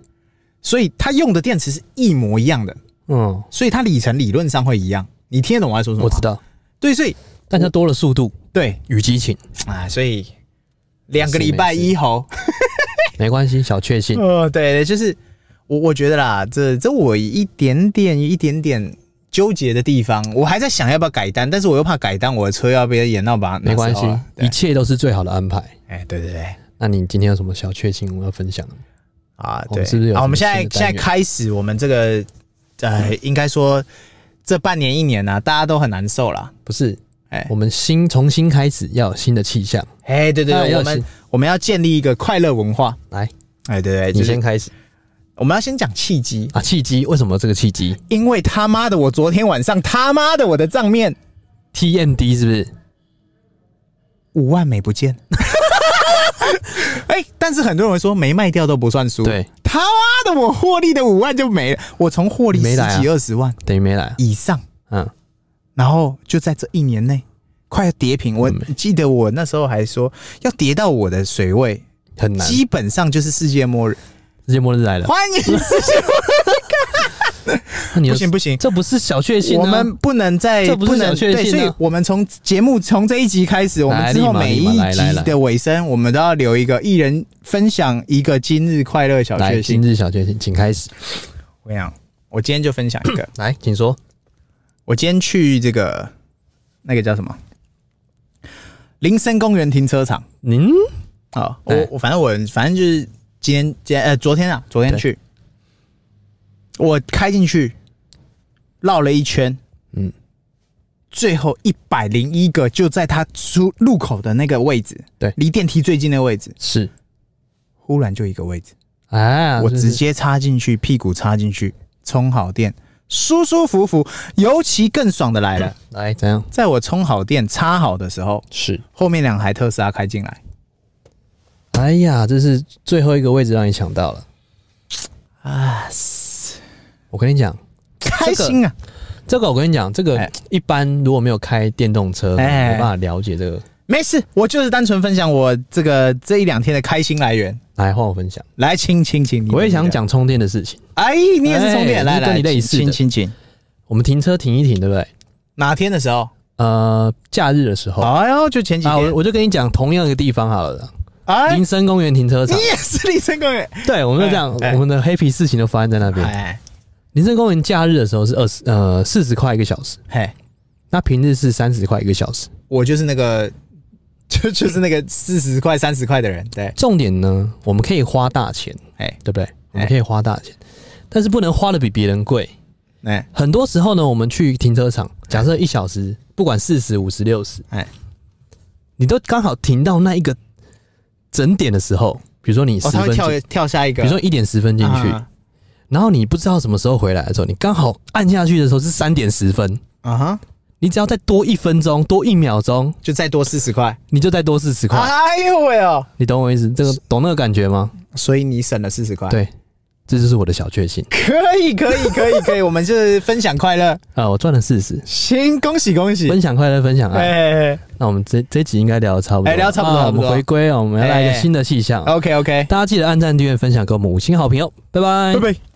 [SPEAKER 2] 所以它用的电池是一模一样的，
[SPEAKER 1] 嗯，
[SPEAKER 2] 所以它里程理论上会一样。你听得懂我在说什么
[SPEAKER 1] 我
[SPEAKER 2] 吗？
[SPEAKER 1] 知道，
[SPEAKER 2] 对，所以
[SPEAKER 1] 但它多了速度
[SPEAKER 2] 对
[SPEAKER 1] 与激情，
[SPEAKER 2] 啊，所以两个礼拜
[SPEAKER 1] 没事
[SPEAKER 2] 一猴。
[SPEAKER 1] 没关系，小确幸。
[SPEAKER 2] 呃，对对，就是我我觉得啦，这这我一点点一点点纠结的地方，我还在想要不要改单，但是我又怕改单，我的车要被延到把
[SPEAKER 1] 没关系，
[SPEAKER 2] 啊对
[SPEAKER 1] 一切都是最好的安排。
[SPEAKER 2] 哎，对对对，
[SPEAKER 1] 那你今天有什么小确幸我们要分享的吗？
[SPEAKER 2] 啊，
[SPEAKER 1] 我
[SPEAKER 2] 对，
[SPEAKER 1] 们是不是有
[SPEAKER 2] 好，我们
[SPEAKER 1] 什
[SPEAKER 2] 现
[SPEAKER 1] 么
[SPEAKER 2] 在
[SPEAKER 1] 新的
[SPEAKER 2] 现在
[SPEAKER 1] 单元
[SPEAKER 2] 开始我们这个呃，应该说这半年一年呢、啊大家都很难受啦。
[SPEAKER 1] 不是，
[SPEAKER 2] 哎
[SPEAKER 1] 我们新重新开始，要有新的气象。
[SPEAKER 2] 哎，对对
[SPEAKER 1] 哎
[SPEAKER 2] 对，
[SPEAKER 1] 要
[SPEAKER 2] 我们
[SPEAKER 1] 行
[SPEAKER 2] 我们要建立一个快乐文化。
[SPEAKER 1] 来，
[SPEAKER 2] 哎，对对，
[SPEAKER 1] 你
[SPEAKER 2] 就是
[SPEAKER 1] 先开始
[SPEAKER 2] 我们要先讲契机，
[SPEAKER 1] 啊！契机，为什么这个契机
[SPEAKER 2] 因为他妈的，我昨天晚上他妈的我的账面
[SPEAKER 1] ？TMD 是不是？
[SPEAKER 2] 五万美不见。 哎、但是很多人会说没卖掉都不算输。
[SPEAKER 1] 对，
[SPEAKER 2] 他妈的，我获利的五万就没了，我从获利
[SPEAKER 1] 没
[SPEAKER 2] 十
[SPEAKER 1] 来啊
[SPEAKER 2] 几二十万
[SPEAKER 1] 等于没来，
[SPEAKER 2] 以上，
[SPEAKER 1] 嗯，
[SPEAKER 2] 然后就在这一年内快要跌平。我记得我那时候还说要跌到我的水位，
[SPEAKER 1] 很难。
[SPEAKER 2] 基本上就是世界末日。
[SPEAKER 1] 世界末日来了，
[SPEAKER 2] 欢迎世界 末
[SPEAKER 1] 那你就
[SPEAKER 2] 日，不行不行。
[SPEAKER 1] 这不是小确幸啊、
[SPEAKER 2] 我们不能再
[SPEAKER 1] 这不是
[SPEAKER 2] 能
[SPEAKER 1] 小确幸啊
[SPEAKER 2] 对，所以我们从节目从这一集开始，我
[SPEAKER 1] 来
[SPEAKER 2] 们之后
[SPEAKER 1] 立马
[SPEAKER 2] 每
[SPEAKER 1] 立
[SPEAKER 2] 一
[SPEAKER 1] 马来来
[SPEAKER 2] 集
[SPEAKER 1] 来
[SPEAKER 2] 的尾声，我们都要留一个一人分享一个今日快乐小
[SPEAKER 1] 来
[SPEAKER 2] 确
[SPEAKER 1] 今
[SPEAKER 2] 幸。
[SPEAKER 1] 日小确幸，请开始。，
[SPEAKER 2] 我跟你讲，我今天就分享一个
[SPEAKER 1] 来，请说。
[SPEAKER 2] 我今天去这个那个叫什么林森公园停车场
[SPEAKER 1] 您
[SPEAKER 2] 啊、
[SPEAKER 1] 哎
[SPEAKER 2] 我我反正我反正就是今天今天呃昨天啊昨天
[SPEAKER 1] 对
[SPEAKER 2] 去，我开进去绕了一圈，
[SPEAKER 1] 嗯，
[SPEAKER 2] 最后一百零一个就在他出路口的那个位置，
[SPEAKER 1] 对
[SPEAKER 2] 离电梯最近的位置，
[SPEAKER 1] 是
[SPEAKER 2] 忽然就一个位置，
[SPEAKER 1] 啊，
[SPEAKER 2] 我
[SPEAKER 1] 就是
[SPEAKER 2] 直接插进去，屁股插进去，充好电，舒舒服服。尤其更爽的来了，
[SPEAKER 1] 来怎样？
[SPEAKER 2] 在我充好电插好的时候，
[SPEAKER 1] 是，
[SPEAKER 2] 后面两台特斯拉开进来，
[SPEAKER 1] 哎呀，这是最后一个位置让你抢到了。
[SPEAKER 2] 啊，
[SPEAKER 1] 我跟你讲，
[SPEAKER 2] 开心啊！
[SPEAKER 1] 这个我跟你讲，这个
[SPEAKER 2] 哎
[SPEAKER 1] 一般如果没有开电动车，
[SPEAKER 2] 哎
[SPEAKER 1] 没办法了解这个。
[SPEAKER 2] 没事，我就是单纯分享我这个这一两天的开心来源。
[SPEAKER 1] 来，换我分享。
[SPEAKER 2] 来，亲亲亲，你
[SPEAKER 1] 我也想，讲充电的事情。
[SPEAKER 2] 哎，你也是充
[SPEAKER 1] 哎
[SPEAKER 2] 电，来
[SPEAKER 1] 就是
[SPEAKER 2] 来，
[SPEAKER 1] 跟你类似的
[SPEAKER 2] 亲亲亲，
[SPEAKER 1] 我们停车停一停，对不对？
[SPEAKER 2] 哪天的时候？
[SPEAKER 1] 呃，假日的时候啊，
[SPEAKER 2] 哎呦，就前几
[SPEAKER 1] 我
[SPEAKER 2] 天，
[SPEAKER 1] 我就跟你讲同样一个地方好了啦，
[SPEAKER 2] 哎，
[SPEAKER 1] 林森公园停车
[SPEAKER 2] 你
[SPEAKER 1] 场。
[SPEAKER 2] 也是李成功哎，
[SPEAKER 1] 对，我们就这样，
[SPEAKER 2] 哎哎
[SPEAKER 1] 我们的黑皮事情都发生在那边。
[SPEAKER 2] 哎
[SPEAKER 1] 林森公园假日的时候是二十呃四十块一个小时，
[SPEAKER 2] 嘿，
[SPEAKER 1] 那平日是三十块一个小时。
[SPEAKER 2] 我就是那个，就就是那个四十块、三十块的人，对，
[SPEAKER 1] 重点呢，我们可以花大钱，
[SPEAKER 2] 哎
[SPEAKER 1] 对不对？我们可以花大钱，但是不能花的比别人贵。
[SPEAKER 2] 哎
[SPEAKER 1] 很多时候呢，我们去停车场，假设一小时，不管四十、五十、六十，
[SPEAKER 2] 哎，
[SPEAKER 1] 你都刚好停到那一个整点的时候，比如说你十
[SPEAKER 2] 哦，
[SPEAKER 1] 分
[SPEAKER 2] 他会
[SPEAKER 1] 进，
[SPEAKER 2] 跳跳下一
[SPEAKER 1] 比
[SPEAKER 2] 个，
[SPEAKER 1] 如说一点十分进去，
[SPEAKER 2] 啊
[SPEAKER 1] 然后你不知道什么时候回来的时候，你刚好按下去的时候是三点十分，
[SPEAKER 2] 啊哈，
[SPEAKER 1] 你只要再多一分钟、多一秒钟，
[SPEAKER 2] 就再多四十块。
[SPEAKER 1] 你就再多四十块。
[SPEAKER 2] 哎呦喂哦！
[SPEAKER 1] 你懂我意思？这个懂那个感觉吗？
[SPEAKER 2] 所以你省了四十块。，
[SPEAKER 1] 对，这就是我的小确幸
[SPEAKER 2] 可以可以可以可以，我们就是分享快乐，
[SPEAKER 1] 啊！我赚了四十，
[SPEAKER 2] 行，恭喜恭喜！
[SPEAKER 1] 分享快乐，分享爱。
[SPEAKER 2] 哎
[SPEAKER 1] 那我们这这一集应该聊的差不多，
[SPEAKER 2] 哎聊得差不多
[SPEAKER 1] 啊
[SPEAKER 2] 差
[SPEAKER 1] 我
[SPEAKER 2] 不多
[SPEAKER 1] 们回归哦，我们要来一个
[SPEAKER 2] 哎
[SPEAKER 1] 新的气象。
[SPEAKER 2] ，OK OK，
[SPEAKER 1] 大家记得按赞、订阅、分享给我们五星好评哦，拜拜
[SPEAKER 2] 拜。拜。